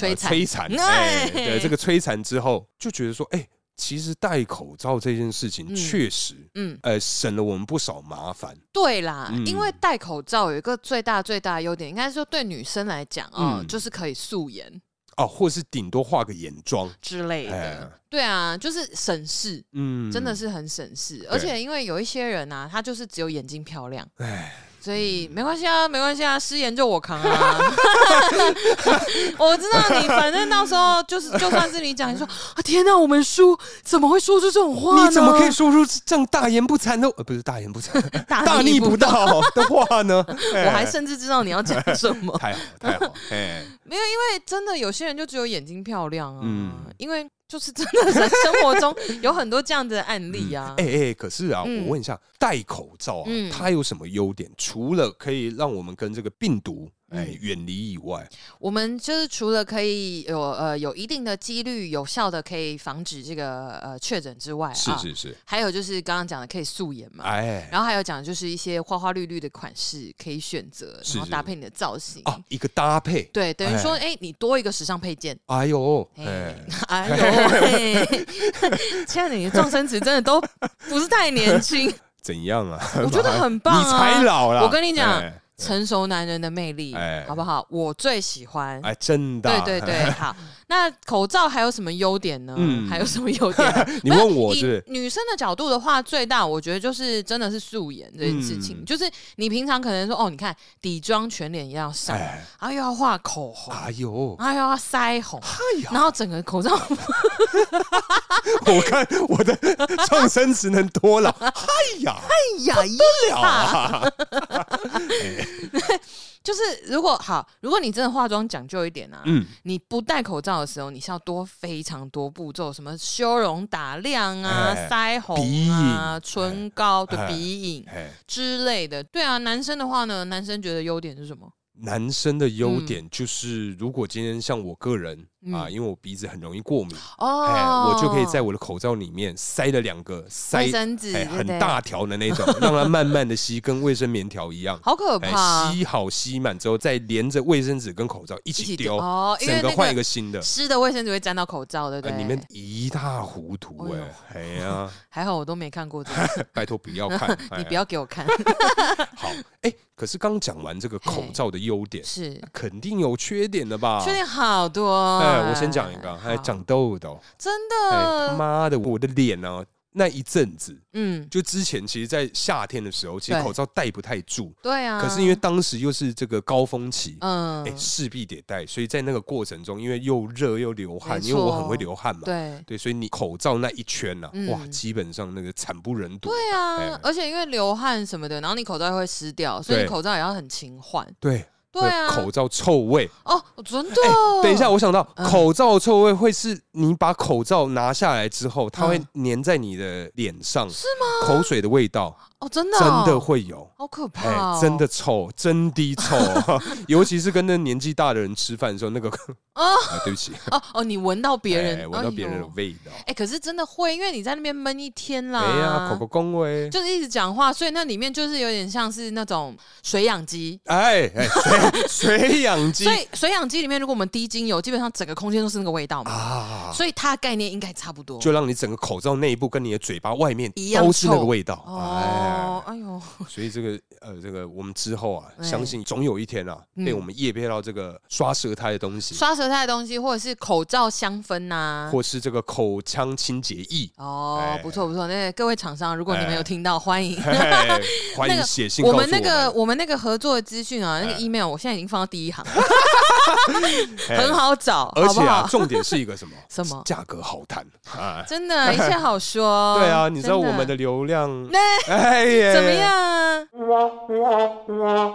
S3: 呃
S2: 摧残
S3: 摧残，哎、
S2: 哎
S3: 对这个摧残之后，就觉得说，哎、其实戴口罩这件事情
S2: 嗯
S3: 确实，
S2: 嗯，
S3: 呃，省了我们不少麻烦。
S2: 对啦，
S3: 嗯
S2: 因为戴口罩有一个最大最大的优点，应该说对女生来讲哦，
S3: 嗯
S2: 就是可以素颜
S3: 哦，或是顶多画个眼妆，
S2: 之类
S3: 哎
S2: 的。对啊，就是省事。
S3: 嗯，
S2: 真的，是很省事，而且因为有一些人啊，他就是只有眼睛漂亮，
S3: 哎，
S2: 所以没关系啊，没关系啊，失言就我 扛啊。 我知道你，反正到时候就是，就算是你讲，你说啊，天哪，我们输，怎么会说出这种话呢？
S3: 你怎么可以说出这样大言不惭的？呃，不是大言不惭，
S2: 大
S3: 大逆不
S2: 道？
S3: 道的话呢？
S2: 我还甚至知道你要
S3: 哎，
S2: 讲什么
S3: 太好了，太好了，哎，
S2: 没有，因为真的有些人就只有眼睛漂亮啊，
S3: 嗯
S2: 因为就是真的在生活中有很多这样的案 例啊。
S3: 哎哎，可是啊，
S2: 嗯
S3: 我问一下，戴口罩啊
S2: 嗯，
S3: 它有什么优点？除了可以让我们跟这个病毒哎
S2: 嗯
S3: 远离以外，
S2: 我们就是除了可以有呃有一定的几率有效的可以防止这个呃确诊之外啊，
S3: 是是是，
S2: 还有就是刚刚讲的可以素颜嘛，
S3: 哎
S2: 然后还有讲就是一些花花绿绿的款式可以选择，
S3: 是
S2: 然后搭
S3: 是
S2: 配你的造型。
S3: 啊，一个搭配，
S2: 对，等于说，哎、你多一个时尚配件。
S3: 哎呦，
S2: 哎
S3: 哎，
S2: 哎呦喂！ 现在你的撞声词真的都不是太年轻，
S3: 怎样啊？
S2: 我觉得很棒啊
S3: 你才老啦！
S2: 我跟你讲
S3: 哎，
S2: 成熟男人的魅力，
S3: 哎
S2: 好不好？我最喜欢。
S3: 哎，真的啊，
S2: 对对 对，好。那口罩还有什么优点呢？
S3: 嗯
S2: 还有什么优点？
S3: 你问我是不是
S2: 以女生的角度的话，最大我觉得就是真的是素颜这件事情，
S3: 嗯
S2: 就是你平常可能说哦，你看底妆全脸要上，
S3: 哎
S2: 然后又要画口红，
S3: 哎呦，
S2: 然后又要腮红，
S3: 哎
S2: 然后整个口罩 哎
S3: 我看我的上身词能多
S2: 哎
S3: 老，哎呀，
S2: 呀
S3: 不了啊！
S2: 就是如果好，如果你真的化妆讲究一点啊，
S3: 嗯，
S2: 你不戴口罩的时候，你是要多非常多步骤，什么修容打亮啊、
S3: 哎
S2: 腮红
S3: 鼻
S2: 啊
S3: 影、
S2: 唇膏、对
S3: 哎
S2: 鼻影
S3: 哎，
S2: 之类的。对啊，男生的话呢，男生觉得优点是什么？
S3: 男生的优点就是，如果今天像我个人啊，
S2: 嗯
S3: 因为我鼻子很容易过敏，哎，
S2: 哦，
S3: 我就可以在我的口罩里面塞了两个塞
S2: 卫，生纸，
S3: 哎，
S2: 对不
S3: 很
S2: 对，
S3: 大条的那种， 让它慢慢的吸，跟卫生棉条一样。
S2: 好可
S3: 哎
S2: 怕啊，
S3: 吸好吸满之后，再连着卫生纸跟口罩一
S2: 一
S3: 起
S2: 起
S3: 丢，
S2: 哦因为
S3: 整个
S2: 那个
S3: 换一个新的，
S2: 湿的卫生纸会沾到口罩，对不
S3: 呃，
S2: 对？
S3: 里面一塌糊涂
S2: 哎呦
S3: 哎，哎呀，
S2: 还好我都没看过这个，
S3: 拜托不要看
S2: ，你不
S3: 哎
S2: 要给我看，
S3: 好哎。可是刚讲完这个口罩的优点，
S2: 是
S3: 肯定有缺点的吧？
S2: 缺点好多。
S3: 哎，我先讲一个，还
S2: 好呃
S3: 长痘痘，
S2: 真
S3: 哎他
S2: 的，
S3: 妈的，我的脸呢？那一阵子，
S2: 嗯，
S3: 就之前其实，在夏天的时候，其实
S2: 对
S3: 口罩戴不太住，
S2: 对啊。
S3: 可是因为当时又是这个高峰期，
S2: 嗯
S3: 哎，，势必得戴，所以在那个过程中，因为又热又流汗
S2: 没，错
S3: 因为我很会流汗嘛，
S2: 对。
S3: 对，所以你口罩那一圈呐、
S2: 嗯
S3: 哇，基本上那个惨不忍睹。
S2: 对啊
S3: 哎，
S2: 而且因为流汗什么的，然后你口罩又会湿掉，所以
S3: 对
S2: 你口罩也要很勤换。
S3: 对
S2: 对啊，
S3: 口罩臭味。哎
S2: 哦，真的。
S3: 等一下，，我想到
S2: 嗯
S3: 口罩的臭味会是你把口罩拿下来之后，它会
S2: 嗯
S3: 粘在你的脸上，是吗？口水的味道
S2: 哦，真的，
S3: 真的，会有。
S2: 好可怕
S3: 哎
S2: 哦，，
S3: 真的臭，真的臭， 尤其是跟那年纪大的人吃饭的时候，那个
S2: 哦
S3: 啊，对不起，
S2: 哦哦，你闻到 别
S3: 哎
S2: 人，
S3: 闻到别人
S2: 哎
S3: 的
S2: 呦
S3: 味道，
S2: 哎，可是真的会，因为你在那边闷一天啦。
S3: 哎呀，口口恭维，
S2: 就是一直讲话，所以那里面就是有点像是那种水养机。
S3: 哎哎，水水 养鸡
S2: 所以水养机里面，如果我们滴精油，基本上整个空间都是那个味道嘛，
S3: 啊，
S2: 所以它的概念应该差不多。
S3: 就让你整个口罩内部跟你的嘴巴外面
S2: 一样
S3: 都是那个
S2: 臭
S3: 味道。
S2: 哦，哎呦，
S3: 哎，所以这个呃，这个我们之后 啊，
S2: 哎
S3: 相信总有一天啊，
S2: 嗯
S3: 被我们夜配到这个刷舌苔的东西，
S2: 刷舌苔的东西，或者是口罩香氛啊呐、。
S3: 或是这个口腔清洁液
S2: 哦
S3: 哎，
S2: 不错不错，那各位厂商，如果你们
S3: 哎
S2: 有听到，欢迎。
S3: 哎 欢
S2: 那
S3: 迎
S2: 个
S3: 写信告
S2: 我
S3: 诉
S2: 们那个我们那个合作的资讯啊，那个 email 我现在已经放到第一行，
S3: 哎
S2: 很好找，
S3: 而
S2: 好不
S3: 且啊，
S2: 好？
S3: 重点是一个什么？
S2: 什么
S3: 价格好谈啊！
S2: 真的，一切好 说。
S3: 对啊，你知道
S2: 真
S3: 我们的流量
S2: 那
S3: 哎呀
S2: 怎么？样 啊？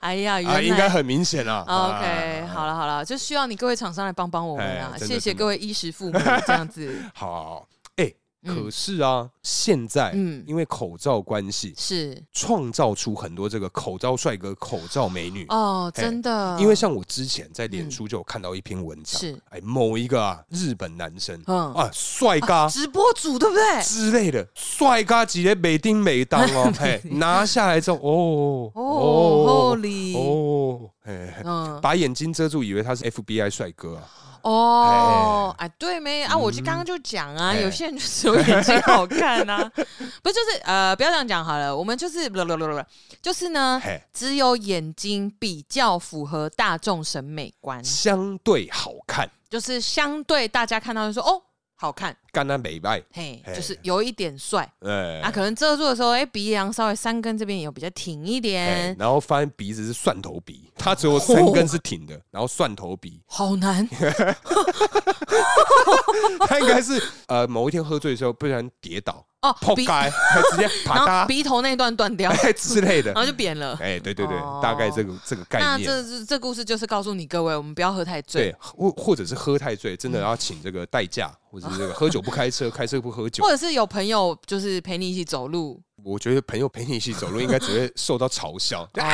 S2: 哎呀，原
S3: 啊，
S2: 来哦
S3: 应该很明显啊。
S2: OK，、
S3: 啊
S2: 好了好了，就需要你各位厂商来帮帮我们啊！
S3: 哎真的
S2: 谢谢
S3: 真的
S2: 各位衣食父母这样子，
S3: 好，哎，
S2: 嗯
S3: 可是啊，现在
S2: 嗯
S3: 因为口罩关系，
S2: 是
S3: 创造出很多这个口罩帅哥、口罩美女。
S2: 哦，
S3: 哎
S2: 真的，
S3: 因为像我之前在脸
S2: 嗯
S3: 书就有看到一篇文章，
S2: 是
S3: 哎某一个啊日本男生
S2: 嗯
S3: 啊帅
S2: 啊
S3: 哥
S2: 直播主对不 对？
S3: 之类的，帅哥级的美丁美当 哦，嘿拿下来之后哦
S2: 哦
S3: 哦
S2: ，Holy，
S3: 哦，哎
S2: 嗯，
S3: 把眼睛遮住，以为他是 FBI 帅哥啊，
S2: 哦，哎，对没啊？我就刚刚就讲啊，
S3: 哎
S2: 有些人就是有眼睛好看啊， 不是就是呃，不要这样讲好了，我们就是不不不不，就是呢
S3: 嘿，
S2: 只有眼睛比较符合大众审美观，
S3: 相对好看，
S2: 就是相对大家看到就说哦，好看。
S3: 干他美败，
S2: 嘿，
S3: 嘿
S2: 就是有一点帅
S3: 哎
S2: 啊，可能遮住的时候，哎、鼻梁稍微三根这边也有比较挺一
S3: 哎
S2: 点，
S3: 然后发现鼻子是蒜头鼻，他只有三根是挺
S2: 哦
S3: 的，然后蒜头鼻，
S2: 好难
S3: 他应该 是呃某一天喝醉的时候，不然跌倒，
S2: 哦
S3: 破，
S2: 鼻
S3: 街，还直接
S2: 然
S3: 啪
S2: 后
S3: 嗒，
S2: 鼻头那一段断掉，
S3: 哎之类的
S2: 然，后就扁了。
S3: 哎，对对对
S2: 哦，
S3: 大概这个这个 概
S2: 那
S3: 念。啊
S2: 这这故事就是告诉你各位，我们不要喝太醉
S3: 对，，或或者是喝太醉，真的要请这个代驾， 或者是这个喝酒不开车，开车不喝酒
S2: 或。者是有朋友就是陪你一起走路，
S3: 我觉得朋友陪你一起走路，应该只会受到嘲 笑。
S2: 哦、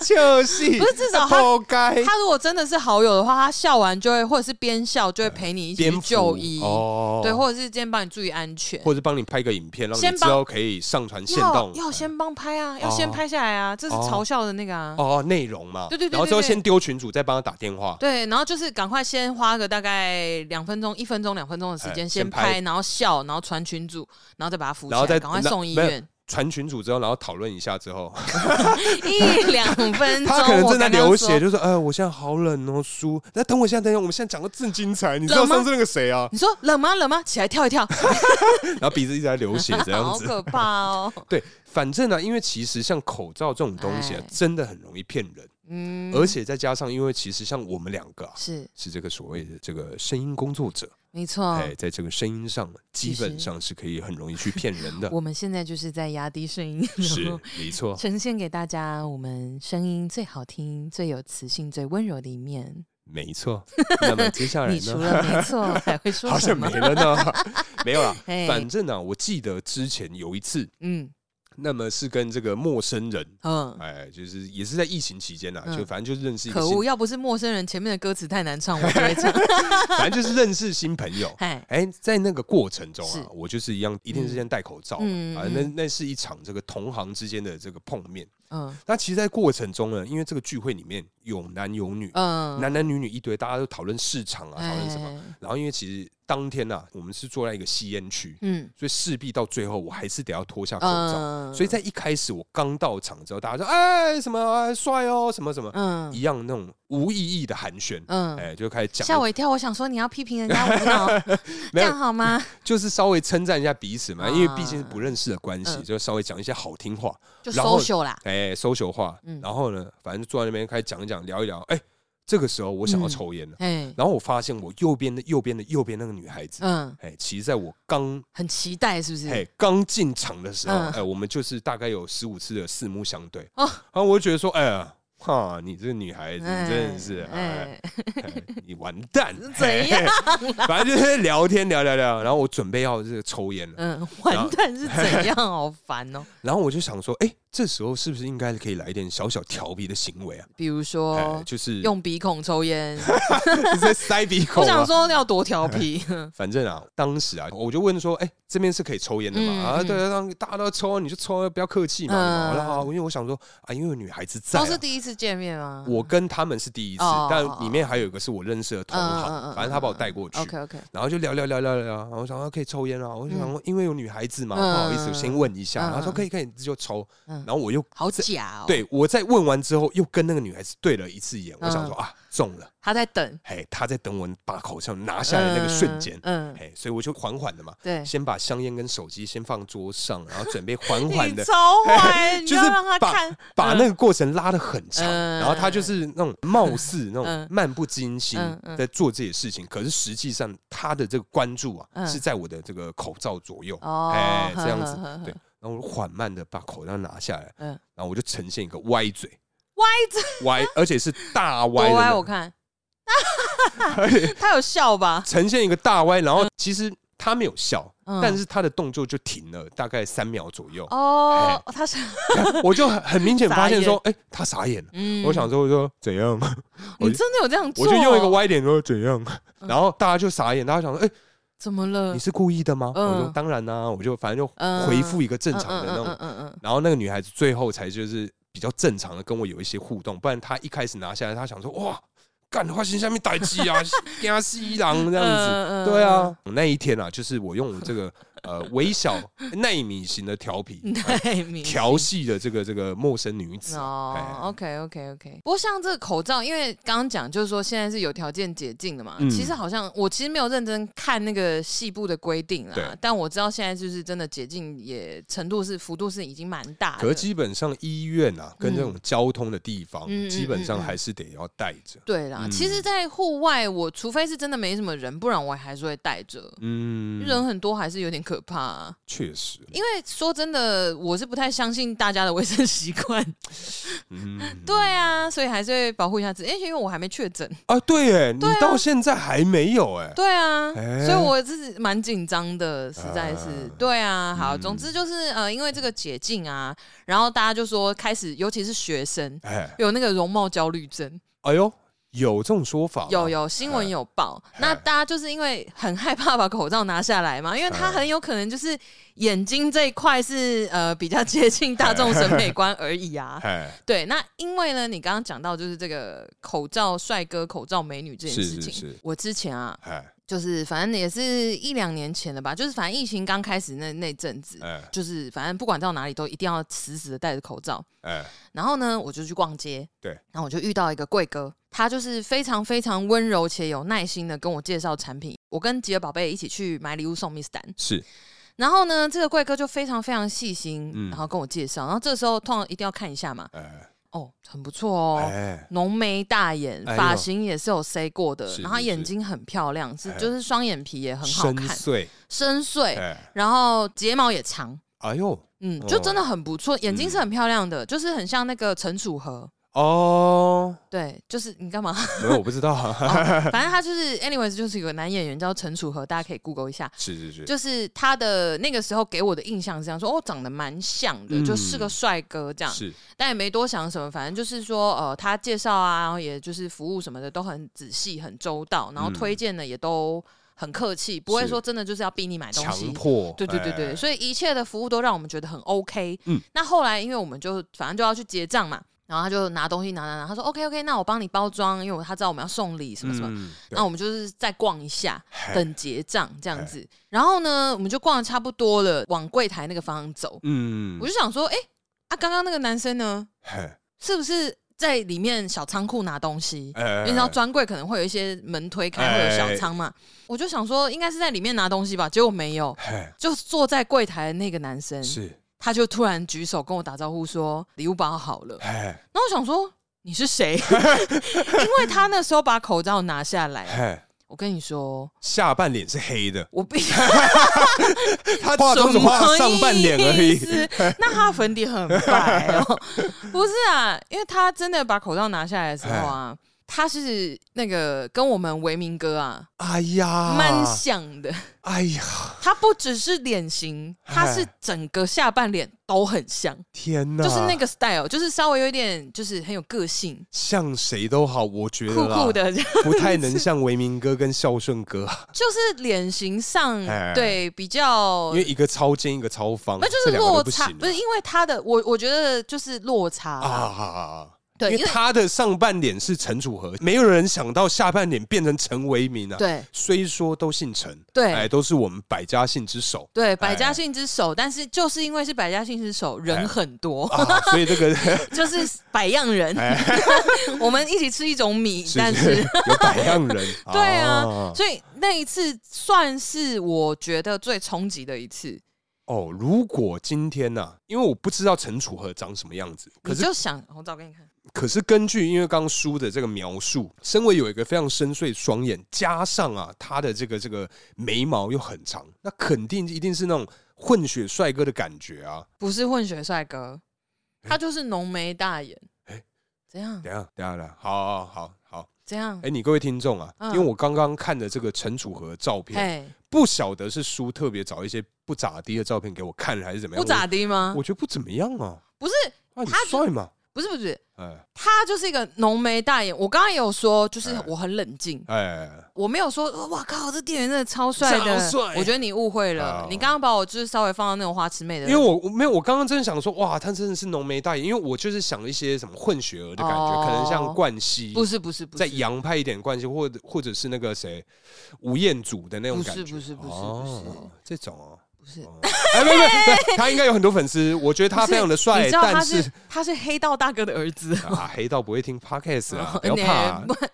S3: 就是，
S2: 不是至少他
S3: 活该
S2: 他如果真的是好友的话，他笑完就会，或者是边笑就会陪你一起去
S3: 蝙
S2: 就医，
S3: 呃哦
S2: 对，或者是今天帮你注意安全。
S3: 或者帮你拍个影片，让
S2: 先
S3: 你之
S2: 帮
S3: 后可以上传线
S2: 要
S3: 动。
S2: 要先帮拍啊，要先
S3: 哦
S2: 拍下来啊，这是
S3: 哦
S2: 嘲笑的那个啊。
S3: 哦，内容嘛，
S2: 对对对
S3: 然后之后
S2: 对对
S3: 先丢群主，再帮他打电话。
S2: 对，然后就是赶快先花个大概两分钟、一分钟、两分钟的时
S3: 哎
S2: 间，
S3: 先
S2: 先
S3: 拍
S2: 拍，然后笑，然后传群组，然后再把它扶起
S3: 然后
S2: 来，
S3: 再
S2: 赶快
S3: 那
S2: 送医
S3: 没有
S2: 院。
S3: 传群主之后，然后讨论一下之后，
S2: 一两分钟，
S3: 他可能正在
S2: 我刚刚
S3: 流血，
S2: 说。
S3: 就说：“哎，我现在好冷哦，叔。”那等我一下，等一下，我们现在讲到正精彩，你知道
S2: 冷吗
S3: 上次那个谁啊？
S2: 你说冷吗？冷吗？起来跳一跳，
S3: 然后鼻子一直在流 血，这样
S2: 好
S3: 子。
S2: 可怕 哦。
S3: 对，反正呢、因为其实像口罩这种东西、啊
S2: 哎，
S3: 真的很容易骗人，
S2: 嗯，
S3: 而且再加上，因为其实像我们两个、啊、
S2: 是
S3: 是这个所谓的这个声音工作者，
S2: 没错，
S3: 哎，在这个声音上，基
S2: 哦其
S3: 本
S2: 实
S3: 上是可以很容易去骗人的。
S2: 我们现在就是在压低声音，
S3: 是哦
S2: 然后，
S3: 没错。
S2: 呈现给大家我们声音最好听、最有磁性、最温柔的一面。
S3: 没错，那么接下来
S2: 你除
S3: 呢？
S2: 了 没错，还会说
S3: 好
S2: 什
S3: 像
S2: 么
S3: 没？了呢， 没有啦。
S2: 哎
S3: 反正啊，我记得之前有一次，
S2: 嗯
S3: 那么是跟这个陌生人，
S2: 嗯，
S3: 哎，就是也是在疫情期间啦，啊
S2: 嗯
S3: 就反正就是认识一个
S2: 可恶！
S3: 新，
S2: 要不是陌生人前面的歌词太难唱，我就会 唱。
S3: 反正就是认识新朋 友。
S2: 哎，
S3: 哎，在那个过程中
S2: 是
S3: 啊，我就是一样，一定是先戴口罩嘛
S2: 嗯
S3: 啊。那那是一场这个同行之间的这个碰面。
S2: 嗯
S3: 那其实，在过程中呢，因为这个聚会里面有男有女，
S2: 嗯，
S3: 男男女女一堆，大家都讨论市场啊，讨论什么。
S2: 哎？
S3: 然后，因为其实当天啊，我们是坐在一个吸烟区，
S2: 嗯
S3: 所以势必到最后我还是得要脱下口罩。
S2: 嗯，
S3: 所以在一开始我刚到场之后，大家说：“哎，什么哎帅哦，什么什么，
S2: 嗯
S3: 一样那种无意义的寒暄。”
S2: 嗯，
S3: 哎，就开始讲，
S2: 吓我一跳！我想说你要批评人 家，我不知道这
S3: 没有
S2: 样好吗？
S3: 就是稍微称赞一下彼此嘛，
S2: 啊
S3: 因为毕竟是不认识的关系，
S2: 嗯
S3: 就稍微讲一些好听话，
S2: 就
S3: 然后
S2: social 啦。
S3: 哎，搜求话
S2: 嗯。
S3: 然后呢，反正就坐在那边开始讲一讲，聊一聊。哎，这个时候我想要抽烟了，
S2: 哎，
S3: 然后我发现我右边的右边的右边那个女孩子，
S2: 嗯，
S3: 哎，其实在我刚
S2: 很期待是不
S3: 哎
S2: 是？
S3: 刚进场的时候，
S2: 嗯
S3: 哎，我们就是大概有十五次的四目相对，
S2: 哦
S3: 然后我就觉得说，哎呀。哈，你这个女孩子你真的是，哎，
S2: 哎，
S3: 哎你完 蛋，
S2: 怎样？
S3: 反正就是聊天聊聊聊，然后我准备要这个抽烟了，
S2: 嗯，完蛋是怎样？好烦哦。
S3: 然后我就想说，哎，这时候是不是应该可以来一点小小调皮的行为啊？
S2: 比如
S3: 哎，
S2: 说
S3: 就是
S2: 哦用鼻孔抽烟，
S3: 在塞鼻孔
S2: 我
S3: 啊。
S2: 想说要多调皮。
S3: 反正啊，当时啊，我就问说，哎、这边是可以抽烟的嘛？
S2: 嗯
S3: 啊，
S2: 嗯
S3: 对啊，让大家都抽，啊，你就抽，啊，不要客气嘛。
S2: 嗯哦
S3: 好了好了，因为我想说啊，因为有女孩子在、
S2: 都是
S3: 啊。
S2: 第一次见面吗？
S3: 我跟他们是第一次，
S2: 嗯哦嗯
S3: 但里面还有一个是我认识的同行，反正他把我带过去，
S2: OK OK，
S3: 然后就聊聊聊聊聊，然后我想说可以抽烟啊，我就想说因为有女孩子嘛，
S2: 嗯
S3: 不好意思，我先问一下，
S2: 嗯
S3: 然后说可以可以就抽，
S2: 嗯
S3: 然后我又
S2: 好
S3: 这
S2: 假哦。，
S3: 对我在问完之后又跟那个女孩子对了一次眼，我想
S2: 嗯
S3: 说啊中了，
S2: 他在等
S3: 嘿，她在等我把口罩拿下来那个瞬间，
S2: 嗯，嗯
S3: 哎，所以我就缓缓的嘛，
S2: 对，
S3: 先把香烟跟手机先放桌上，然后准备缓缓
S2: 你
S3: 的
S2: 超坏，你
S3: 就
S2: 要
S3: 是
S2: 让他
S3: 把
S2: 看，
S3: 把
S2: 嗯
S3: 那个过程拉得很长，
S2: 嗯
S3: 然后他就是那种貌似那种
S2: 嗯
S3: 漫不经心
S2: 嗯嗯
S3: 在做这些事情，可是实际上他的这个关注啊
S2: 嗯
S3: 是在我的这个口罩左右，
S2: 哦
S3: 哎，
S2: 呵
S3: 这样子
S2: 呵呵呵
S3: 对。然后我缓慢的把口罩拿下来，
S2: 嗯
S3: 然后我就呈现一个歪嘴，
S2: 歪嘴
S3: 歪，而且是大歪
S2: 多
S3: 的
S2: 歪，
S3: 那种，
S2: 我看
S3: 而且
S2: 他有笑吧？
S3: 呈现一个大歪。然后其实他没有笑，
S2: 嗯
S3: 但是他的动作就停了，大概三秒左右。
S2: 哦，他是
S3: 我就很很明显发现说，
S2: 傻
S3: 哎、他傻眼了。
S2: 嗯
S3: 我想说，我说怎样，我
S2: 你真的有这样做？
S3: 我就用一个，歪点说怎样，然后大家就傻眼，大家想说，哎、
S2: 怎么了
S3: 你？是故意的吗？
S2: 嗯嗯
S3: 我说当然啦、啊我就反正
S2: 嗯
S3: 就回复一个正常的那种。
S2: 嗯嗯嗯嗯
S3: 然后那个女孩子最后才就是比较正常的跟我有一些互动，不然她一开始拿下来，她想说哇。干花心下面逮鸡 啊，压西狼这样子，
S2: 嗯嗯
S3: 对啊。那一天啊，就是我用我这个呃微小耐米型的调皮，哎
S2: 太 明显
S3: 调戏的这个这个陌生女子
S2: 嗯 哦
S3: 哎
S2: ，OK OK OK。不过像这个口罩，因为刚刚讲就是说现在是有条件解禁的嘛，
S3: 嗯
S2: 其实好像我其实没有认真看那个细部的规定
S3: 对
S2: 啦，但我知道现在就是真的解禁也程度是幅度是已经蛮大
S3: 可是
S2: 的。
S3: 基本上医院啊，跟这种交通的地方，
S2: 嗯嗯
S3: 基本
S2: 嗯
S3: 上
S2: 嗯
S3: 还是得要带着。
S2: 对啦，
S3: 嗯
S2: 其实，在户外我除非是真的没什么人，不然我还是会戴着。
S3: 嗯，
S2: 人很多还是有点可怕、啊，
S3: 确实，
S2: 因为说真的，我是不太相信大家的卫生习惯。
S3: 嗯，
S2: 对啊，所以还是会保护一下自己，而且因为我还没确诊。
S3: 啊，对耶，你
S2: 对啊
S3: 到现在还没有哎，
S2: 对啊，
S3: 哎
S2: 所以我是蛮紧张的，实在是。
S3: 啊
S2: 对啊，好，
S3: 嗯
S2: 总之就是呃，因为这个解禁啊，然后大家就说开始，尤其是学生
S3: 哎，
S2: 有那个容貌焦虑症，
S3: 哎呦，有这种说法吗，啊
S2: 有有新闻有报。
S3: 哎
S2: 那大家就是因为很害怕把口罩拿下来嘛，因为他
S3: 哎
S2: 很有可能就是眼睛这一块是呃比较接近大众审美观而已啊。
S3: 哎，
S2: 对，那因为呢，你刚刚讲到就是这个口罩帅哥、口罩美女这件
S3: 是
S2: 事
S3: 是
S2: 情，
S3: 是
S2: 我之前啊，
S3: 哎，
S2: 就是反正也是一两年前了吧，就是反正疫情刚开始那那阵子，
S3: 哎，
S2: 就是反正不管到哪里都一定要死死的戴着口罩。
S3: 哎，
S2: 然后呢，我就去逛街，
S3: 对
S2: 然后我就遇到一个贵哥，他就是非常非常温柔且有耐心的跟我介绍产品。我跟吉尔宝贝一起去买礼物送 Miss 丹，
S3: 是，
S2: 然后呢，这个贵哥就非常非常细心，
S3: 嗯
S2: 然后跟我介绍。然后这时候通常一定要看一下嘛，
S3: 哎，
S2: 哦，很不错哦。
S3: 哎，
S2: 浓眉大眼，
S3: 哎呦
S2: 发型也是有 C 过的，
S3: 是
S2: 然后
S3: 是
S2: 眼
S3: 是
S2: 睛很漂亮，是
S3: 哎
S2: 就是双眼皮也很好
S3: 深
S2: 看，
S3: 邃，
S2: 深邃，
S3: 哎，
S2: 然后睫毛也长，
S3: 哎呦，
S2: 嗯，就
S3: 哦嗯
S2: 真的很不错，眼睛是很漂亮的，就是很像那个陈楚河，
S3: 哦，
S2: 对，就是你干嘛？
S3: 没有，我不知道 啊，
S2: 反正他就是，anyways，就是有个男演员叫陈楚河，大家可以 Google 一下。
S3: 是是是，
S2: 就是他的那个时候给我的印象是这样说，哦，长得蛮像的，
S3: 嗯
S2: 就是个帅哥这样，
S3: 是
S2: 但也没多想什么，反正就是说，呃，他介绍啊，然后也就是服务什么的都很仔细、很周到，然后
S3: 嗯
S2: 推荐的也都很客气，不会
S3: 是
S2: 说真的就是要逼你买东西，
S3: 强迫，
S2: 对对对对，
S3: 哎
S2: 所以一切的服务都让我们觉得很 OK。
S3: 嗯
S2: 那后来因为我们就反正就要去结账嘛，然后他就拿东西拿拿拿，他说 OK OK，那我帮你包装，因为他知道我们要送礼什么什么。
S3: 嗯哎
S2: 那我们就是再逛一下，
S3: 嘿
S2: 等结账这
S3: 哎
S2: 样子。然后呢，我们就逛的差不多了，往柜台那个方向走。
S3: 嗯
S2: 我，就想说，哎、啊，刚刚那个男生呢，
S3: 哎，
S2: 是不是在里面小仓库拿东西？因
S3: 哎
S2: 为你知道专柜可能会有一些门推开，
S3: 哎
S2: 会有小仓嘛。我就想说，应该是在里面拿东西吧，结果没有。
S3: 哎
S2: 就坐在柜台的那个男生，
S3: 是，
S2: 他就突然举手跟我打招呼说礼物包好了。
S3: 哎
S2: 然后我想说你是谁？ 因为他那时候把口罩拿下来，
S3: 哎，
S2: 我跟你说，
S3: 下半脸是黑 的，
S2: 我必
S3: 他化妆只化上半脸而已，
S2: 什么意思 那他的粉底很白 哦，不是啊？因为他真的把口罩拿下来的时候啊，
S3: 哎
S2: 他是那个跟我们维明哥啊
S3: 哎呀，
S2: 蛮像的。
S3: 哎呀，
S2: 他不只是脸型，
S3: 哎
S2: 他是整个下半脸都很像。
S3: 天哪，
S2: 就是那个 style，就是稍微有一点，就是很有个性，
S3: 像谁都好，我觉得
S2: 酷
S3: 啦
S2: 酷，的， 就
S3: 不太能像维明哥跟孝顺 哥，
S2: 是脸型上
S3: 哎
S2: 对比较
S3: 因为，一个超尖，一个超方，
S2: 那就
S3: 这
S2: 是
S3: 两个
S2: 落
S3: 都不行
S2: 差，
S3: 啊
S2: 不是因为他的，我我觉得就是落差啦，
S3: 啊。
S2: 对，
S3: 因
S2: 因
S3: 为
S2: 为
S3: 他的上半脸是陈楚河，没有人想到下半脸变成陈为民啊。，
S2: 对
S3: 虽说都姓陈，
S2: 对
S3: 哎，都是我们百家姓之 首
S2: 对百家姓之首，但是就是因为是百家姓之首，人很多，
S3: 哎啊，所以这个
S2: 就是百样人， 我们一起吃一种米，但
S3: 是
S2: 是。
S3: 有百样人。
S2: 对啊，，所以那一次算是我觉得最冲击的一次。
S3: 哦，如果今天呐、因为我不知道陈楚河长什么样子，可
S2: 你
S3: 是
S2: 就想，我找给你看。
S3: 可是根据因为刚刚书的这个描述，身为有一个非常深邃双眼，加上啊他的这个这个眉毛又很长，那肯定一定是那种混血帅哥的感觉啊。
S2: 不是混血帅哥，
S3: 哎
S2: 他就是浓眉大眼。怎样？
S3: 等一下，等一下，等一下，好好好好。
S2: 怎样
S3: 哎、？你各位听众啊，
S2: 嗯哎
S3: 因为我刚刚看的这个陈楚河的照片，
S2: 嘿，
S3: 不晓得是书特别找一些不咋地的照片给我看，还是怎么样？
S2: 不咋地吗
S3: 我，？我觉得不怎么样啊。
S2: 不是，
S3: 啊，你
S2: 他
S3: 帅嘛？
S2: 不是，不是，
S3: 哎
S2: 他就是一个浓眉大眼。我刚刚也有说，就是
S3: 哎
S2: 我很冷静，
S3: 哎，
S2: 我没有说，呃哇靠，这店员真的超帅的
S3: 超帅。
S2: 我觉得你误会了
S3: 好，
S2: 你刚刚把我就是稍微放到那种花痴妹的，
S3: 啊因为我我没有，我刚刚真的想说，哇，他真的是浓眉大眼，因为我就是想一些什么混血儿的感觉，
S2: 哦
S3: 可能像冠希，
S2: 不是不是不
S3: 再
S2: 是，
S3: 洋派一点冠希，或者或者是那个谁吴彦祖的那种
S2: 不
S3: 感
S2: 是
S3: 觉，
S2: 不是不是
S3: 哦这种哦。
S2: 不是。
S3: 哦哎，没有没有，他应该有很多粉丝，我觉得他
S2: 不是
S3: 非常的帅
S2: 你，知道他
S3: 但
S2: 是他是黑道大哥的儿 子，
S3: 啊，黑道不会听 podcast 啊，不要怕啊
S2: 哎，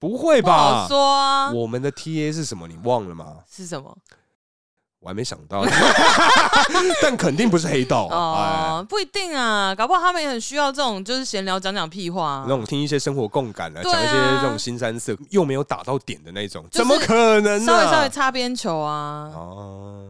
S2: 不
S3: 不会
S2: 不好
S3: 吧？
S2: 说啊，
S3: 我们的 TA 是什么？你忘了吗？
S2: 是什么？
S3: 我还没想到， 但肯定不是黑道啊，哎
S2: 哦，不一定啊，搞不好他们也很需要这种就是闲聊讲讲屁话啊、
S3: 那种听一些生活共感啊，
S2: 对
S3: 讲
S2: 啊
S3: 一些这种新三色又没有打到点的那种，
S2: 就是
S3: 怎么可能呢？
S2: 稍微稍微擦边球啊，
S3: 啊哦，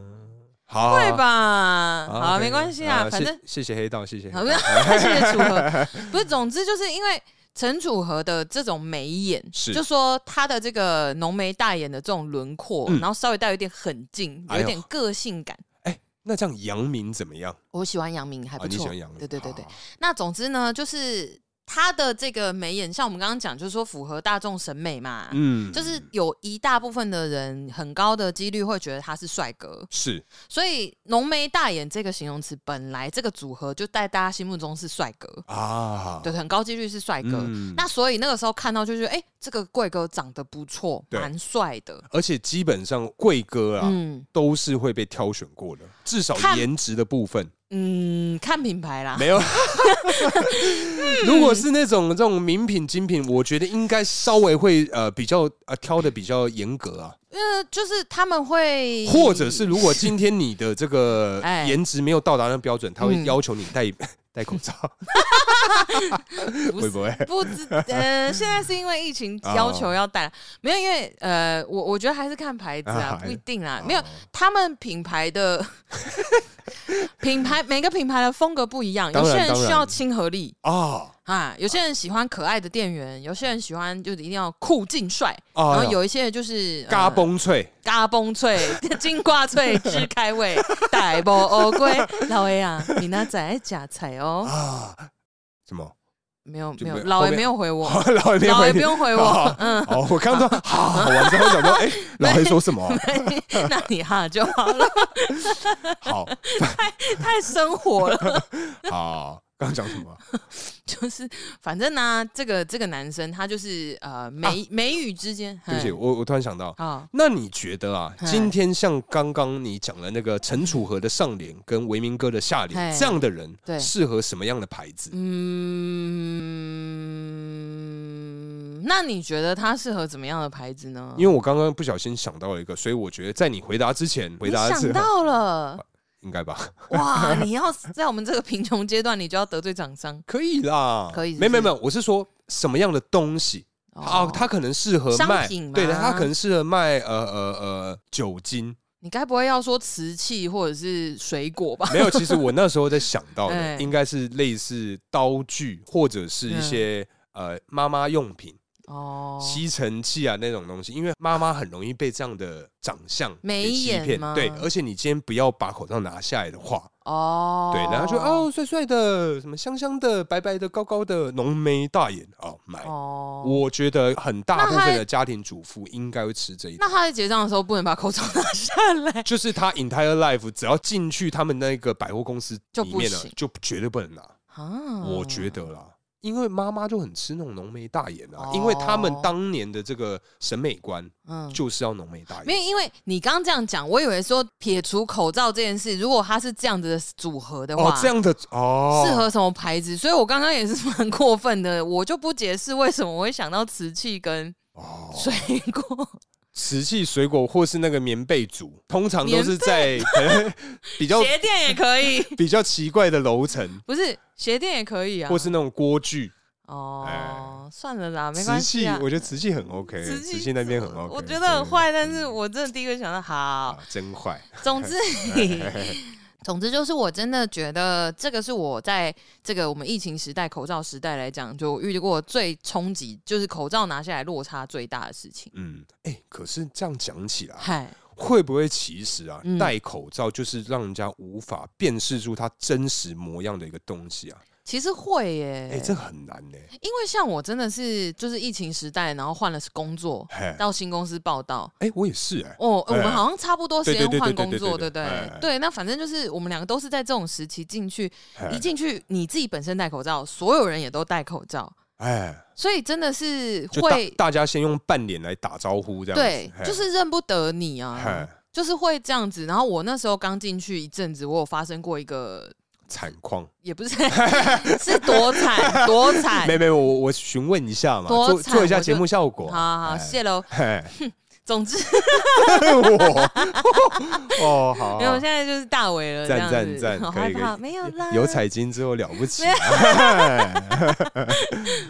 S3: 好，
S2: 会吧？
S3: 好？
S2: 好，
S3: OK
S2: 没关系啊，
S3: 好
S2: 反正
S3: 谢谢谢黑道，谢谢黑道
S2: 好，不是谢谢楚河，不是，总之就是因为。陈楚河的这种眉眼，
S3: 是
S2: 就说他的这个浓眉大眼的这种轮廓，然后稍微带有一点狠劲，
S3: 嗯哎
S2: 有
S3: 呦
S2: 一点个性感。
S3: 哎，那这样杨明怎么样？
S2: 我喜欢杨明，还
S3: 啊，
S2: 不
S3: 你喜
S2: 错。
S3: 欢杨明？
S2: 对对对对啊
S3: 好。，
S2: 那总之呢，就是他的这个眉眼，像我们刚刚讲，就是说符合大众审美嘛。
S3: 嗯，
S2: 就是有一大部分的人很高的几率会觉得他是帅哥，
S3: 是
S2: 所以浓眉大眼这个形容词本来这个组合就在大家心目中是帅哥，
S3: 啊，
S2: 对，很高几率是帅哥。
S3: 嗯
S2: 那所以那个时候看到就觉得，哎、这个贵哥长得不错，
S3: 对
S2: 蛮帅的，
S3: 而且基本上贵哥啊，
S2: 嗯
S3: 都是会被挑选过的，至少
S2: 看
S3: 颜值的部分
S2: 嗯，看品牌啦，
S3: 没有。 如果是那种这种名品精品，我觉得应该稍微会呃比较呃挑的比较严格啊，
S2: 呃，就是他 们会，
S3: 或者是如果今天你的这个
S2: 哎
S3: 颜值没有到达那标准，他会
S2: 嗯
S3: 要求你戴戴口罩，
S2: 不
S3: 会哦
S2: 是
S3: 不会？
S2: 不知呃，现在是因为疫情要求要戴，没有因为呃，我我觉得还是看牌子
S3: 啊
S2: 啊，
S3: 还哦
S2: 不一定啦，没有他们品牌的 品牌每个品牌的风格不一样，
S3: 当
S2: 有
S3: 然
S2: 些人
S3: 当然
S2: 需要亲和力
S3: 哦
S2: 啊，有些人喜欢可爱的店员，有些人喜欢就是一定要酷劲帅，然后
S3: 哦，
S2: 有一些就是
S3: 嘎
S2: 呃
S3: 嘣脆，
S2: 嘎嘣脆、 金瓜脆、枝开胃、大波欧龟，老 A 啊，你那仔假菜 哦，
S3: 啊，什么？
S2: 没有
S3: 就
S2: 没有
S3: 没，有
S2: 老
S3: 后
S2: A
S3: 面
S2: 没有回我。
S3: 老爷
S2: 老
S3: 回
S2: 爷
S3: 你
S2: 不用回
S3: 哦
S2: 我， 嗯，
S3: 哦，我刚说 好完之后想说，哎，老爷说什么啊？
S2: 那你哈就好了，
S3: 好
S2: 太生活了。
S3: 好，刚刚讲什么啊？
S2: 就是反正呢、这个这个男生他就是呃眉眉宇之间，
S3: 啊对不起，
S2: 嘿
S3: 我我突然想到，
S2: 啊，
S3: 那你觉得啊，
S2: 嗨
S3: 今天像刚刚你讲的那个陈楚河的上联跟维明哥的下联，
S2: 嗨
S3: 这样的人
S2: 哎对
S3: 适合什么样的牌子？
S2: 嗯，那你觉得他适合怎么样的牌子呢？
S3: 因为我刚刚不小心想到了一个，所以我觉得在你回答之前，回
S2: 你
S3: 答之
S2: 想
S3: 后
S2: 到了，
S3: 应该吧？
S2: 哇！你要在我们这个贫穷阶段，你就要得罪厂商
S3: 可以啦，
S2: 可以是不
S3: 没没
S2: 是
S3: 没，我是说什么样的东西
S2: 哦
S3: 啊？它可能适合
S2: 商
S3: 卖
S2: 品，吗
S3: 对的，它可能适合卖呃呃呃酒精。
S2: 你该不会要说瓷器或者是水 果吧？
S3: 没有，其实我那时候在想到
S2: 哎
S3: 的应该是类似刀具或者是一些
S2: 嗯
S3: 呃妈妈用品。
S2: 哦，
S3: 吸尘器啊那种东西，因为妈妈很容易被这样的长相
S2: 眉
S3: 给欺
S2: 眼
S3: 骗
S2: 吗，
S3: 对，而且你今天不要把口罩拿下来的话，
S2: 哦，
S3: 对，然后就哦帅帅的，什么香香的，白白的，高高的，浓眉大眼哦，买。
S2: 哦，
S3: 我觉得很大部
S2: 那
S3: 分
S2: 还
S3: 的家庭主妇应该会吃这一套
S2: 那，他在结账的时候不能把口罩拿下 来，
S3: 就是他 entire life 只要进去他们那个百货公司
S2: 就
S3: 里
S2: 不
S3: 面了
S2: 行，
S3: 就绝对不能拿。
S2: 啊
S3: 我觉得啦，因为妈妈就很吃那种浓眉大眼啊
S2: 哦，
S3: 因为他们当年的这个审美观
S2: 嗯
S3: 就是要浓眉大
S2: 没
S3: 眼。
S2: 有，因为你刚刚这样讲，我以为说撇除口罩这件事，如果它是这样子的组合的话，
S3: 哦，这样的哦，
S2: 适合什么牌子？所以我刚刚也是蛮过分的，我就不解释为什么我会想到瓷器跟
S3: 哦，
S2: 水 果。
S3: 瓷器、水果或是那个棉被组，通常都是在 比较
S2: 鞋垫也 可以，
S3: 比较奇怪的楼层，
S2: 不是鞋垫也可以啊，
S3: 或是那种锅具。
S2: 哦
S3: 哎，
S2: 算了啦，没
S3: 瓷
S2: 关系
S3: 器
S2: 啊，。
S3: 我觉得瓷器很 OK，
S2: 瓷器
S3: 瓷器那边很 OK，
S2: 我觉得很
S3: 对嗯
S2: 坏，但是我真的第一个想到好，
S3: 啊，真坏。
S2: 总之，总之就是，我真的觉得这个是我在这个我们疫情时代、口罩时代来讲，就遇过最冲击，就是口罩拿下来落差最大的事情。
S3: 嗯，哎、可是这样讲起来，啊
S2: 嗨，
S3: 会不会其实啊，
S2: 嗯
S3: 戴口罩就是让人家无法辨识出它真实模样的一个东西啊？
S2: 其实会耶、
S3: 哎、这很难呢、
S2: 因为像我真的是就是疫情时代，然后换了工作，
S3: 嘿，哎、
S2: 到新公司报道。
S3: 我也是哎、
S2: 哦，呃我
S3: 哎
S2: 们好像差不多时间
S3: 对对对
S2: 换
S3: 对对
S2: 工
S3: 对
S2: 作，
S3: 对
S2: 对不对
S3: 哎哎哎？哎
S2: 对，那反正就是我们两个都是在这种时期进去，一
S3: 嘿
S2: 进去你自己本身戴口罩，所有人也都戴口罩，
S3: 哎，
S2: 所以真的是
S3: 就大
S2: 会
S3: 大家先用半脸来打招呼，这样子
S2: 对，
S3: 嘿
S2: 就是认不得你
S3: 嘿
S2: 啊，就是会这样子。然后我那时候刚进去一阵子，我有发生过一个，
S3: 惨况。
S2: 也不是 是 多惨多惨
S3: 没，没，我我询问一下嘛，
S2: 哎多
S3: 做
S2: 惨
S3: 做一下
S2: 我就
S3: 节目效果。
S2: 好好
S3: 哎
S2: 谢喽。
S3: 嘿，
S2: 总之，
S3: 我哦好，
S2: 没有，现在就是大伟了，这样
S3: 赞
S2: 子，
S3: 赞赞，
S2: 好
S3: 可
S2: 害
S3: 以
S2: 怕，
S3: 可
S2: 没有啦，
S3: 以，有彩金之后了不起，啊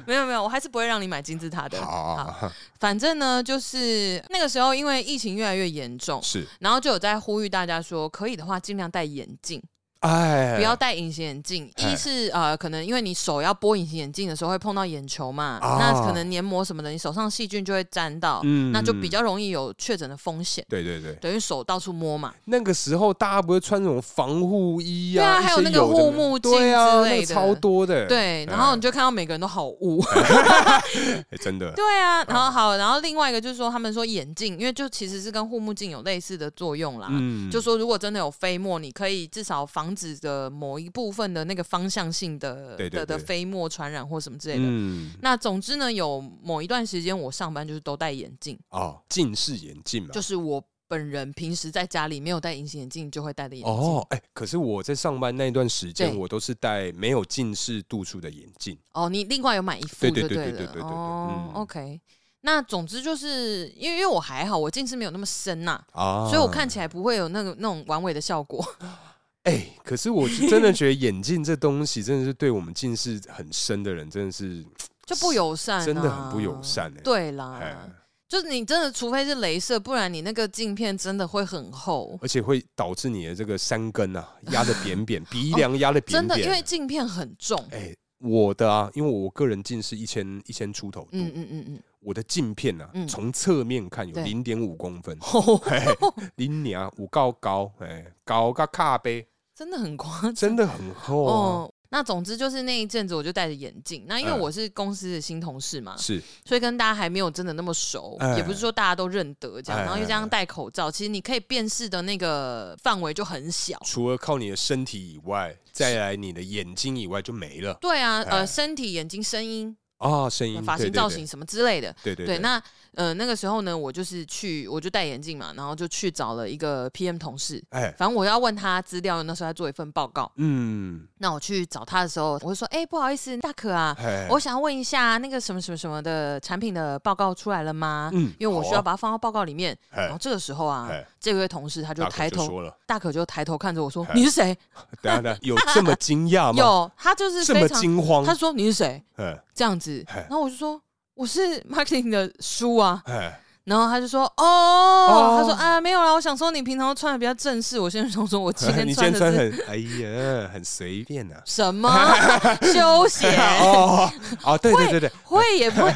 S2: 没有没有，我还是不会让你买金字塔的。
S3: 好好
S2: 好，
S3: 好，
S2: 反正呢，就是那个时候，因为疫情越来越严重。
S3: 是，
S2: 然后就有在呼吁大家说，可以的话尽量戴眼镜，
S3: 哎，
S2: 不要戴隐形眼镜。一是呃，可能因为你手要拨隐形眼镜的时候会碰到眼球嘛，
S3: 啊
S2: 那可能黏膜什么的，你手上细菌就会沾到，
S3: 嗯
S2: 那就比较容易有确诊的风险。
S3: 对对对，
S2: 等于手到处摸嘛，
S3: 那个时候大家不会穿那种防护衣
S2: 对啊
S3: 啊，一
S2: 还有
S3: 些
S2: 那个
S3: 的
S2: 护目镜
S3: 对啊，
S2: 之类
S3: 那个
S2: 的
S3: 超多的，
S2: 对，然后你就看到每个人都好污，
S3: 哎，真的，
S2: 对啊，然后好，然后另外一个就是说，他们说眼镜，因为就其实是跟护目镜有类似的作用啦，
S3: 嗯
S2: 就说如果真的有飞沫，你可以至少防止的某一部分的那个方向性的
S3: 对对
S2: 的的
S3: 对
S2: 飞沫传染或什么之类的。
S3: 嗯，
S2: 那总之呢，有某一段时间我上班就是都戴眼镜，
S3: 哦，近视眼镜嘛
S2: 就，是我本人平时在家里没有戴隐形眼镜就会戴的眼镜。
S3: 哦，哎，可是我在上班那段时间，
S2: 对
S3: 我都是戴没有近视度数的眼镜，
S2: 哦，你另外有买一
S3: 对
S2: 副
S3: 对
S2: 就对
S3: 对
S2: 了。
S3: 对对对对对
S2: 哦
S3: 嗯、
S2: OK，那总之就是因为因为我还好，我近视没有那么深呐、
S3: 啊
S2: 所以我看起来不会有那个那种完美的效果。
S3: 哎、可是我真的觉得眼镜这东西真的是对我们近视很深的人，真的 是
S2: 就不友善、啊，
S3: 真的很不友。善哎、
S2: 对
S3: 哎
S2: 啦，就是你真的，除非是镭射，不然你那个镜片真的会很厚，
S3: 而且会导致你的这个山根啊压的扁 扁，鼻梁压的扁
S2: 哦真的，
S3: 扁。
S2: 因为镜片很重。
S3: 哎、我的啊，因为我个人近视一千一千出头度，
S2: 嗯嗯嗯嗯，
S3: 我的镜片啊
S2: 嗯，
S3: 从侧面看有
S2: 对
S3: 零点五公分，
S2: 嗯
S3: 哎零娘有够高，哎，高个卡杯，
S2: 真的很夸张。
S3: 真的很厚啊。
S2: 哦，那总之就是那一阵子我就戴着眼镜，那因为
S3: 嗯
S2: 我是公司的新同事嘛，
S3: 是，
S2: 所以跟大家还没有真的那么熟，
S3: 哎
S2: 也不是说大家都认得这样，
S3: 哎
S2: 然后又加上戴口罩，其实你可以辨识的那个范围就很小。
S3: 除了靠你的身体以外，再来你的眼睛以外就没了
S2: 对啊，
S3: 哎
S2: 呃，身体、眼睛、声音、
S3: 啊，声音、
S2: 发
S3: 对
S2: 型、
S3: 对
S2: 造
S3: 对
S2: 型什么之类的。
S3: 对对
S2: 对，那呃那个时候呢，我就是去，我就戴眼镜嘛，然后就去找了一个 PM 同事，
S3: 哎，
S2: 反正我要问他资料，那时候在做一份报告。
S3: 嗯，
S2: 那我去找他的时候，我就说：“哎、不好意思，大可啊，
S3: 哎，
S2: 我想要问一下，那个什么什么什么的产品的报告出来了吗？
S3: 嗯
S2: 因为我
S3: 好
S2: 需要
S3: 啊
S2: 把它放到报告里面。
S3: 哎
S2: 然后这个时候啊
S3: 哎，
S2: 这位同事他就
S3: 大
S2: 抬
S3: 哥就
S2: 头，
S3: 说了，
S2: 大可就抬头看着我说：“
S3: 哎
S2: 你是谁
S3: 等一下等一下，有这 么惊讶？”吗？
S2: 有，他就是
S3: 这么
S2: 非常，
S3: 惊慌
S2: 他？说：“你是谁
S3: 哎？”
S2: 这样子，
S3: 哎
S2: 然后我就说。我是 marketing 的书啊，
S3: 哎，
S2: 然后他就说哦，
S3: 哦
S2: 他说啊没有啦，我想说你平常都穿的比较正式，我现在想说我今天
S3: 你今
S2: 穿
S3: 天
S2: 的
S3: 穿
S2: 是
S3: 很，哎呀，很随便 呐。
S2: 什么 休闲，
S3: 哦哦，对对对 对，
S2: 会也不会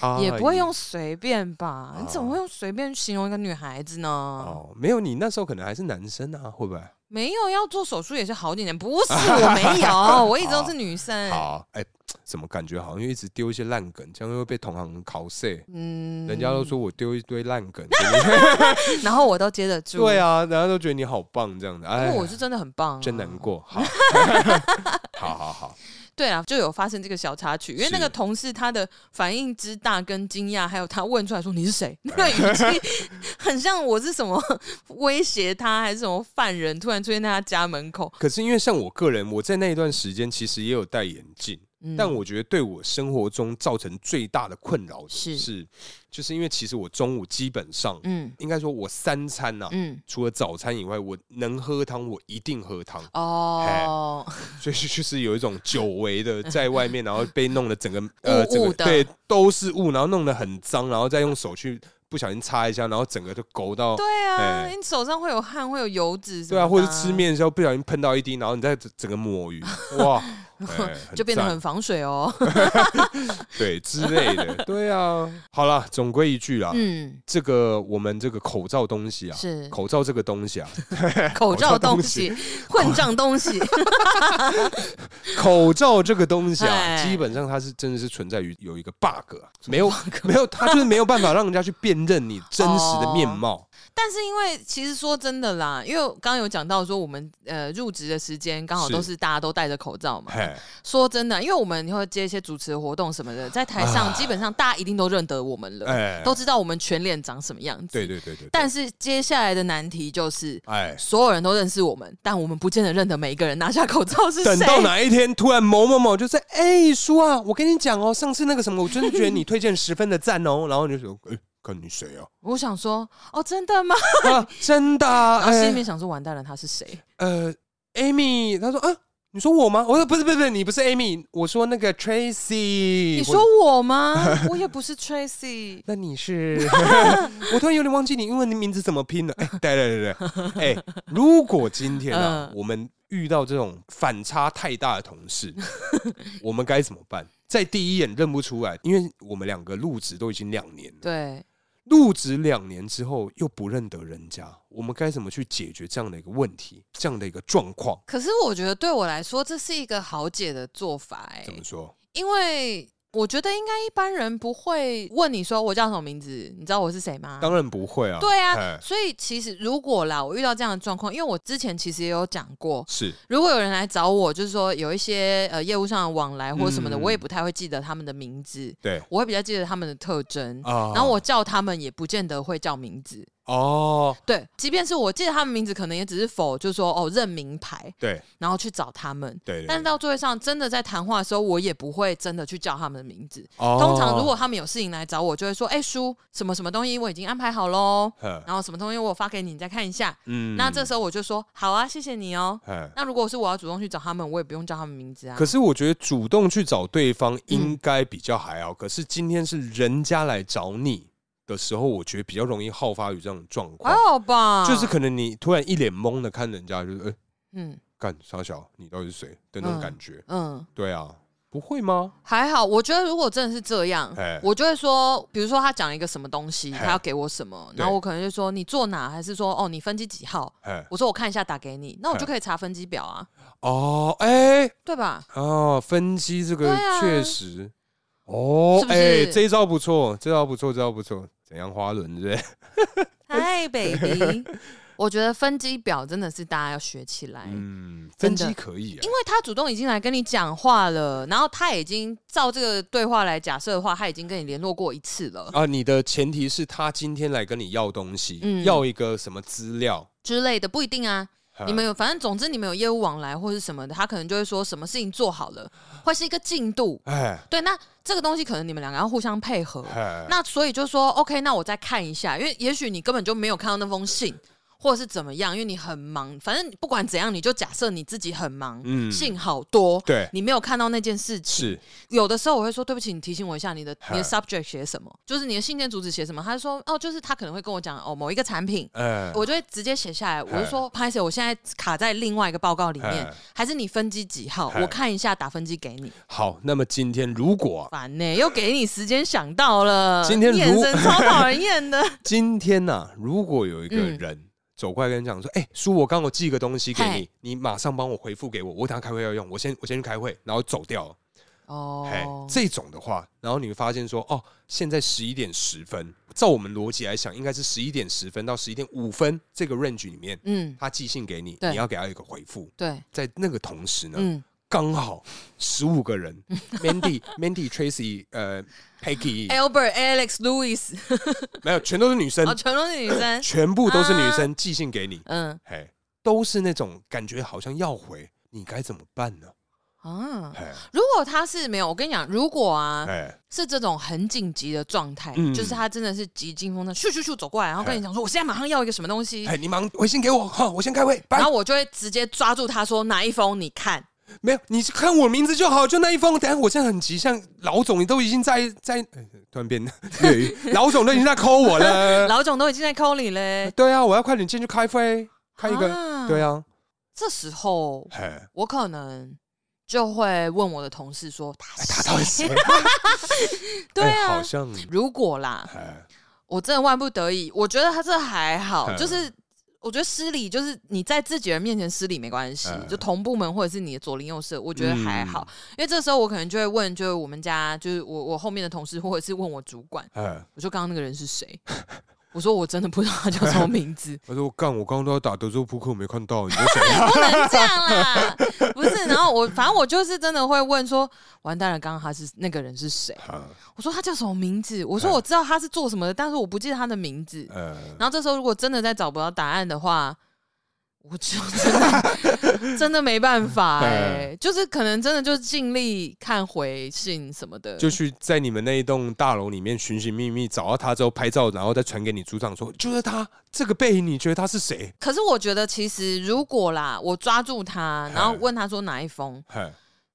S3: 啊
S2: 也不会用随便吧？你怎
S3: 哦
S2: 么会用随便形容一个女孩子呢？
S3: 哦，没有，你那时候可能还是男生啊，会不会？
S2: 没有要做手术也是好几年，不 是我没有，我一直都是女生。
S3: 哦好，哎、怎么感觉好像又一直丢一些烂梗，这样会被同行考碎？
S2: 嗯
S3: 人家都，说我丢一堆烂 梗，对不
S2: 然后我都接得
S3: 对
S2: 住。
S3: 对，啊，人家都觉得你好棒这样子，
S2: 不
S3: 哎
S2: 过，我是嗯真的很棒、啊
S3: 真难。过，好，好 好好，
S2: 对啊，就有发生这个小插曲，因为
S3: 是
S2: 那个同事他的反应之大跟惊讶，还有他问出来说你是谁， 那个语 气很像我是什么 威胁他，还是什么犯人突然出现在他家门口。
S3: 可是因为像我个人，我在那一段时间其实也有戴眼镜，
S2: 嗯
S3: 但我觉得对我生活中造成最大的困扰的
S2: 是
S3: 是，就是因为其实我中午基本上，
S2: 嗯
S3: 应该说我三餐呐、
S2: 嗯
S3: 除了早餐以外，我能喝汤我一定喝汤，
S2: 哦，
S3: 所以就是有一种久违的在外面，然后被弄得整个呃
S2: 雾
S3: 整
S2: 雾
S3: 个
S2: 的
S3: 对都是雾，然后弄得很脏，然后再用手去不小心擦一下，然后整个就勾到。
S2: 对啊，
S3: 哎
S2: 你手上会有汗，会有油脂什么
S3: 对
S2: 的
S3: 啊，或者吃面的时候不小心碰到一滴，然后你再整整个抹 鱼，哇，哎
S2: 就变得
S3: 赞
S2: 很防水 哦。
S3: 对之类 的，对啊。好了，总归一句啦，
S2: 嗯，
S3: 这个我们这个口罩东西啊，
S2: 是
S3: 口罩这个东西啊，
S2: 口罩
S3: 罩东
S2: 东西、 混账东西，
S3: 口罩这个东西啊，
S2: 哎
S3: 基本上它是真的是存在于有一个 bug，啊没有没有，它就是没有办法让人家去辨认你真实的面貌。
S2: 但是因为其实说真的啦，因为刚刚有讲到说我们呃入职的时间刚好
S3: 是
S2: 都是大家都戴着口罩嘛。
S3: 嘿，
S2: 说真的，因为我们会接一些主持的活动什么的，在台上基本上大家一定都认得我们了，
S3: 哎
S2: 都知道我们全脸长什么样子。
S3: 对对对对，对
S2: 但是接下来的难题就是，
S3: 哎，
S2: 所有人都认识我们，但我们不见得认得每一个人拿下口罩是谁。
S3: 等到哪一天突然某某某就是哎叔啊，我跟你讲哦，上次那个什么，我真的觉得你推荐十分的赞哦，然后你就说哎，看你谁啊？
S2: 我想说，哦，真的吗？
S3: 啊，真的啊，
S2: 然后心里
S3: 哎
S2: 面想说，完蛋了，他是谁？
S3: 呃，Amy，他说啊，你说我吗？我说不是不是不是，你不是 Amy，我说那个 Tracy，
S2: 你
S3: 我
S2: 说 我吗？我也不是 Tracy。
S3: 那你是？我突然有点忘记你英文的名字怎么拼了。哎、对对对对，哎、如果今天啊，
S2: 嗯
S3: 我们遇到这种反差太大的同事， 我们该怎么办？在第一眼认不出来，因为我们两个入职都已经两年了，
S2: 对，
S3: 入职两年之后又不认得人家，我们该怎么去解决这样的一个问题，这样的一个状况？
S2: 可是我觉得对我来说，这是一个好解的做法、哎
S3: 怎，么说？
S2: 因为我觉得应该一般人不会问你说我叫什么名字，你知道我是谁吗？
S3: 当然不会啊，
S2: 对啊，
S3: 哎
S2: 所以其实如果啦，我遇到这样的状况，因为我之前其实也有讲过，
S3: 是
S2: 如果有人来找我，就是说有一些呃业务上的往来或什么的，
S3: 嗯
S2: 我也不太会记得他们的名字，
S3: 对
S2: 我会比较记得他们的特征，
S3: 啊
S2: 然后我叫他们也不见得会叫名字，
S3: 哦，
S2: 对，即便是我记得他们名字，可能也只是否就是说哦认名牌，
S3: 对
S2: 然后去找他们。
S3: 对，对
S2: 但是到座位上真的在谈话的时候，我也不会真的去叫他们的名字。
S3: 哦
S2: 通常如果他们有事情来找我，就会说：“哎、叔，什么什么东西我已经安排好喽，
S3: 呵
S2: 然后什么东西我发给你，你再看一下。
S3: 嗯
S2: 那这时候我就说：“好啊，谢谢你 哦。
S3: 哎”
S2: 那如果是我要主动去找他们，我也不用叫他们名字啊。
S3: 可是我觉得主动去找对方应该比较还好，可是今天是人家来找你的时候，我觉得比较容易好发于这种状况
S2: 还，好吧，
S3: 哦就是可能你突然一脸懵的看人家，就是呃，
S2: 嗯
S3: 干傻小，你到底是谁的那种感觉？
S2: 嗯，
S3: 对啊，不会吗？
S2: 还好。我觉得如果真的是这样
S3: 哎，
S2: 我就会说，比如说他讲一个什么东西，
S3: 哎
S2: 他要给我什么，然后
S3: 对
S2: 我可能就说你坐哪，还是说哦你分机几号？
S3: 哎，
S2: 我说我看一下打给你，那我
S3: 哎
S2: 就可以查分机表啊，
S3: 哦，哎，
S2: 对吧？
S3: 哦，分析这个
S2: 对啊
S3: 确实，哦
S2: 是，不是
S3: 哎，这一招不错，这招不错，这招不错，怎样花轮对不对？
S2: 嗨，baby，我觉得分机表真的是大家要学起来。
S3: 嗯，
S2: 真
S3: 分
S2: 的
S3: 析可以啊
S2: 因，为他主动已经来跟你讲话了，然后他已经照这个对话来假设的话，他已经跟你联络过一次了
S3: 啊，你的前提是他今天来跟你要东西，
S2: 嗯
S3: 要一个什么资料？
S2: 之类的，不一定啊。
S3: 哈
S2: 你们有，反正总之你们有业务往来或是什么的，他可能就会说什么事情做好了，会是一个进度。
S3: 哎
S2: 对，那这个东西可能你们两个要互相配合。
S3: 哎，
S2: 那所以就说 OK，那我再看一下，因为也许你根本就没有看到那封信，或者是怎么样，因为你很忙。反正不管怎样，你就假设你自己很忙，
S3: 嗯
S2: 信好多，
S3: 对
S2: 你没有看到那件事情。
S3: 是
S2: 有的时候我会说对不起，你提醒我一下，你的你
S3: 嗨
S2: 的 subject 写什么，就是你的信件主旨写什么。他就说哦，就是他可能会跟我讲哦某一个产品，
S3: 哎，
S2: 我就会直接写下来。我就
S3: 嗨
S2: 说拍谁，我现在卡在另外一个报告里面
S3: 嗨，
S2: 还是你分机几号？
S3: 嗨
S2: 我看一下打分机给你。
S3: 好，那么今天如果啊
S2: 烦呢、又给你时间想到了，
S3: 今天如
S2: 眼神超讨人厌 的。
S3: 今天呐、如果有一个
S2: 嗯
S3: 人走过来跟你讲说，哎、叔，我刚我寄个东西给
S2: 嗨
S3: 你，你马上帮我回复给我，我等下开会要用，我先我先去开会，然后走掉了。哎、
S2: 哦，
S3: 这种的话，然后你会发现说，哦，现在十一点十分，照我们逻辑来想，应该是十一点十分到十一点五分这个 range 里面，
S2: 嗯，
S3: 他寄信给你，
S2: 对
S3: 你要给他一个回复。
S2: 对，
S3: 在那个同时呢，
S2: 嗯，
S3: 刚好十五个 人，Mandy、Mandy、Tracy、呃、Peggy，、
S2: Albert、Alex、Louis，
S3: 没有，全都是女生，。
S2: 哎哦，全都啊是女生
S3: 全部都是女生寄信给你，
S2: 嗯
S3: 嘿，都是那种感觉好像要回，你该怎么办呢？
S2: 啊，
S3: 嘿，
S2: 如果他是没有，我跟你讲，如果啊
S3: 哎，
S2: 是这种很紧急的状态，
S3: 嗯
S2: 就是他真的是急惊风的，咻咻咻走过来，然后跟你讲说，我现在马上要一个什么东西，
S3: 哎，你忙回信给我，哈，我先开会，拜
S2: 然。后我就会直接抓住他说哪一封你看，
S3: 没有，你是看我名字就好，就那一封。等下我现在很急，像老总，你都已经在在、哎突然变粤 语，老总都已经在 call 我了。
S2: 老总都已经在 call 你嘞，
S3: 对啊，我要快点进去开会，开一个。
S2: 啊
S3: 对啊，
S2: 这时候
S3: 嘿，哎
S2: 我可能就会问我的同事说他是
S3: 哎他到底谁？
S2: 对
S3: 哎
S2: 啊
S3: 好，像
S2: 如果啦，
S3: 哎
S2: 我真的万不得已，我觉得他这还好，
S3: 嗯
S2: 就是我觉得失礼，就是你在自己人面前失礼没关系，
S3: 嗯
S2: 就同部门或者是你的左邻右舍，我觉得还好，因为这时候我可能就会问，就是我们家，就是我我后面的同事，或者是问我主管，
S3: 哎，
S2: 我说刚刚那个人是谁？ 我说我真的不知道他叫什么名字，
S3: 他说我干，我刚刚都要打德州扑克，我没看到，你说谁 啊？
S2: 不能这样啦，不是。然后我反正我就是真的会问说，完蛋了，刚刚他是那个人是谁？
S3: 啊
S2: 我说他叫什么名字？我说我知道他是做什么的，但是我不记得他的名字。
S3: 呃，
S2: 然后这时候如果真的再找不到答案的话，我就真的真的没办法哎、就是可能真的就尽力看回信什么的，
S3: 就去在你们那一栋大楼里面寻寻觅觅，找到他之后拍照，然后再传给你组长说，就是他这个背影，你觉得他是谁？
S2: 可是我觉得其实如果啦，我抓住他，然后
S3: 嘿
S2: 问他说哪一封，
S3: 嘿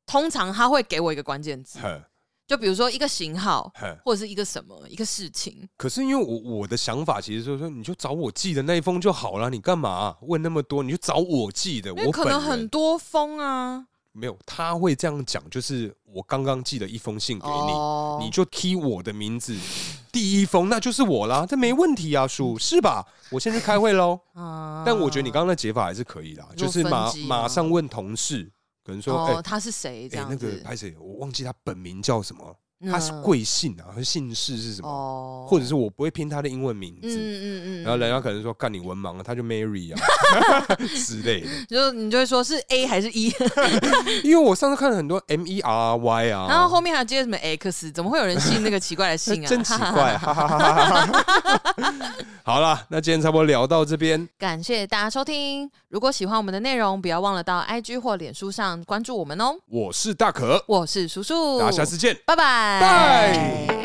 S2: 通常他会给我一个关键字，
S3: 嘿
S2: 就比如说一个型号
S3: 嘿。
S2: 或者是一个什么一个事情，
S3: 哎可是因为我我的想法其实就是说，你就找我寄的那一封就好了，你干嘛、问那么多？你就找我寄的，
S2: 因为
S3: 我
S2: 可
S3: 本
S2: 能
S3: 人
S2: 很多封啊。
S3: 没有，他会这样讲，就是我刚刚寄了一封信给你，
S2: 哦
S3: 你就 key 我的名字， 第一封那就是我啦，这没问题啊，
S2: 嗯
S3: 叔是吧？我先去开会 喽。
S2: 啊
S3: 但我觉得你刚刚的解法还是可以啦，
S2: 你说
S3: 就是马
S2: 啊分机吗
S3: 马上问同事，可能说，哎、
S2: 哦，他是谁这
S3: 哎、
S2: 样
S3: 那个
S2: 子？嗯
S3: 拍谁？我忘记他本名叫什么，他是贵姓啊，和姓氏是什么，
S2: 哦
S3: 或者是我不会拼他的英文名字，
S2: 嗯嗯嗯，
S3: 然后人家可能说干你文盲啊，他就 Mary 啊 之类的。
S2: 就你就会说是 A 还是 E，
S3: 因为我上次看了很多 M E R Y 啊，
S2: 然后后面还接什么 X，怎么会有人信那个奇怪的信 啊？
S3: 真奇怪，哈哈哈哈哈哈。好了，那今天差不多聊到这边，
S2: 感谢大家收听，如果喜欢我们的内容，不要忘了到 IG 或脸书上关注我们哦。
S3: 我是大可，
S2: 我是叔叔，
S3: 大家下次见。
S2: 拜拜，
S3: 拜。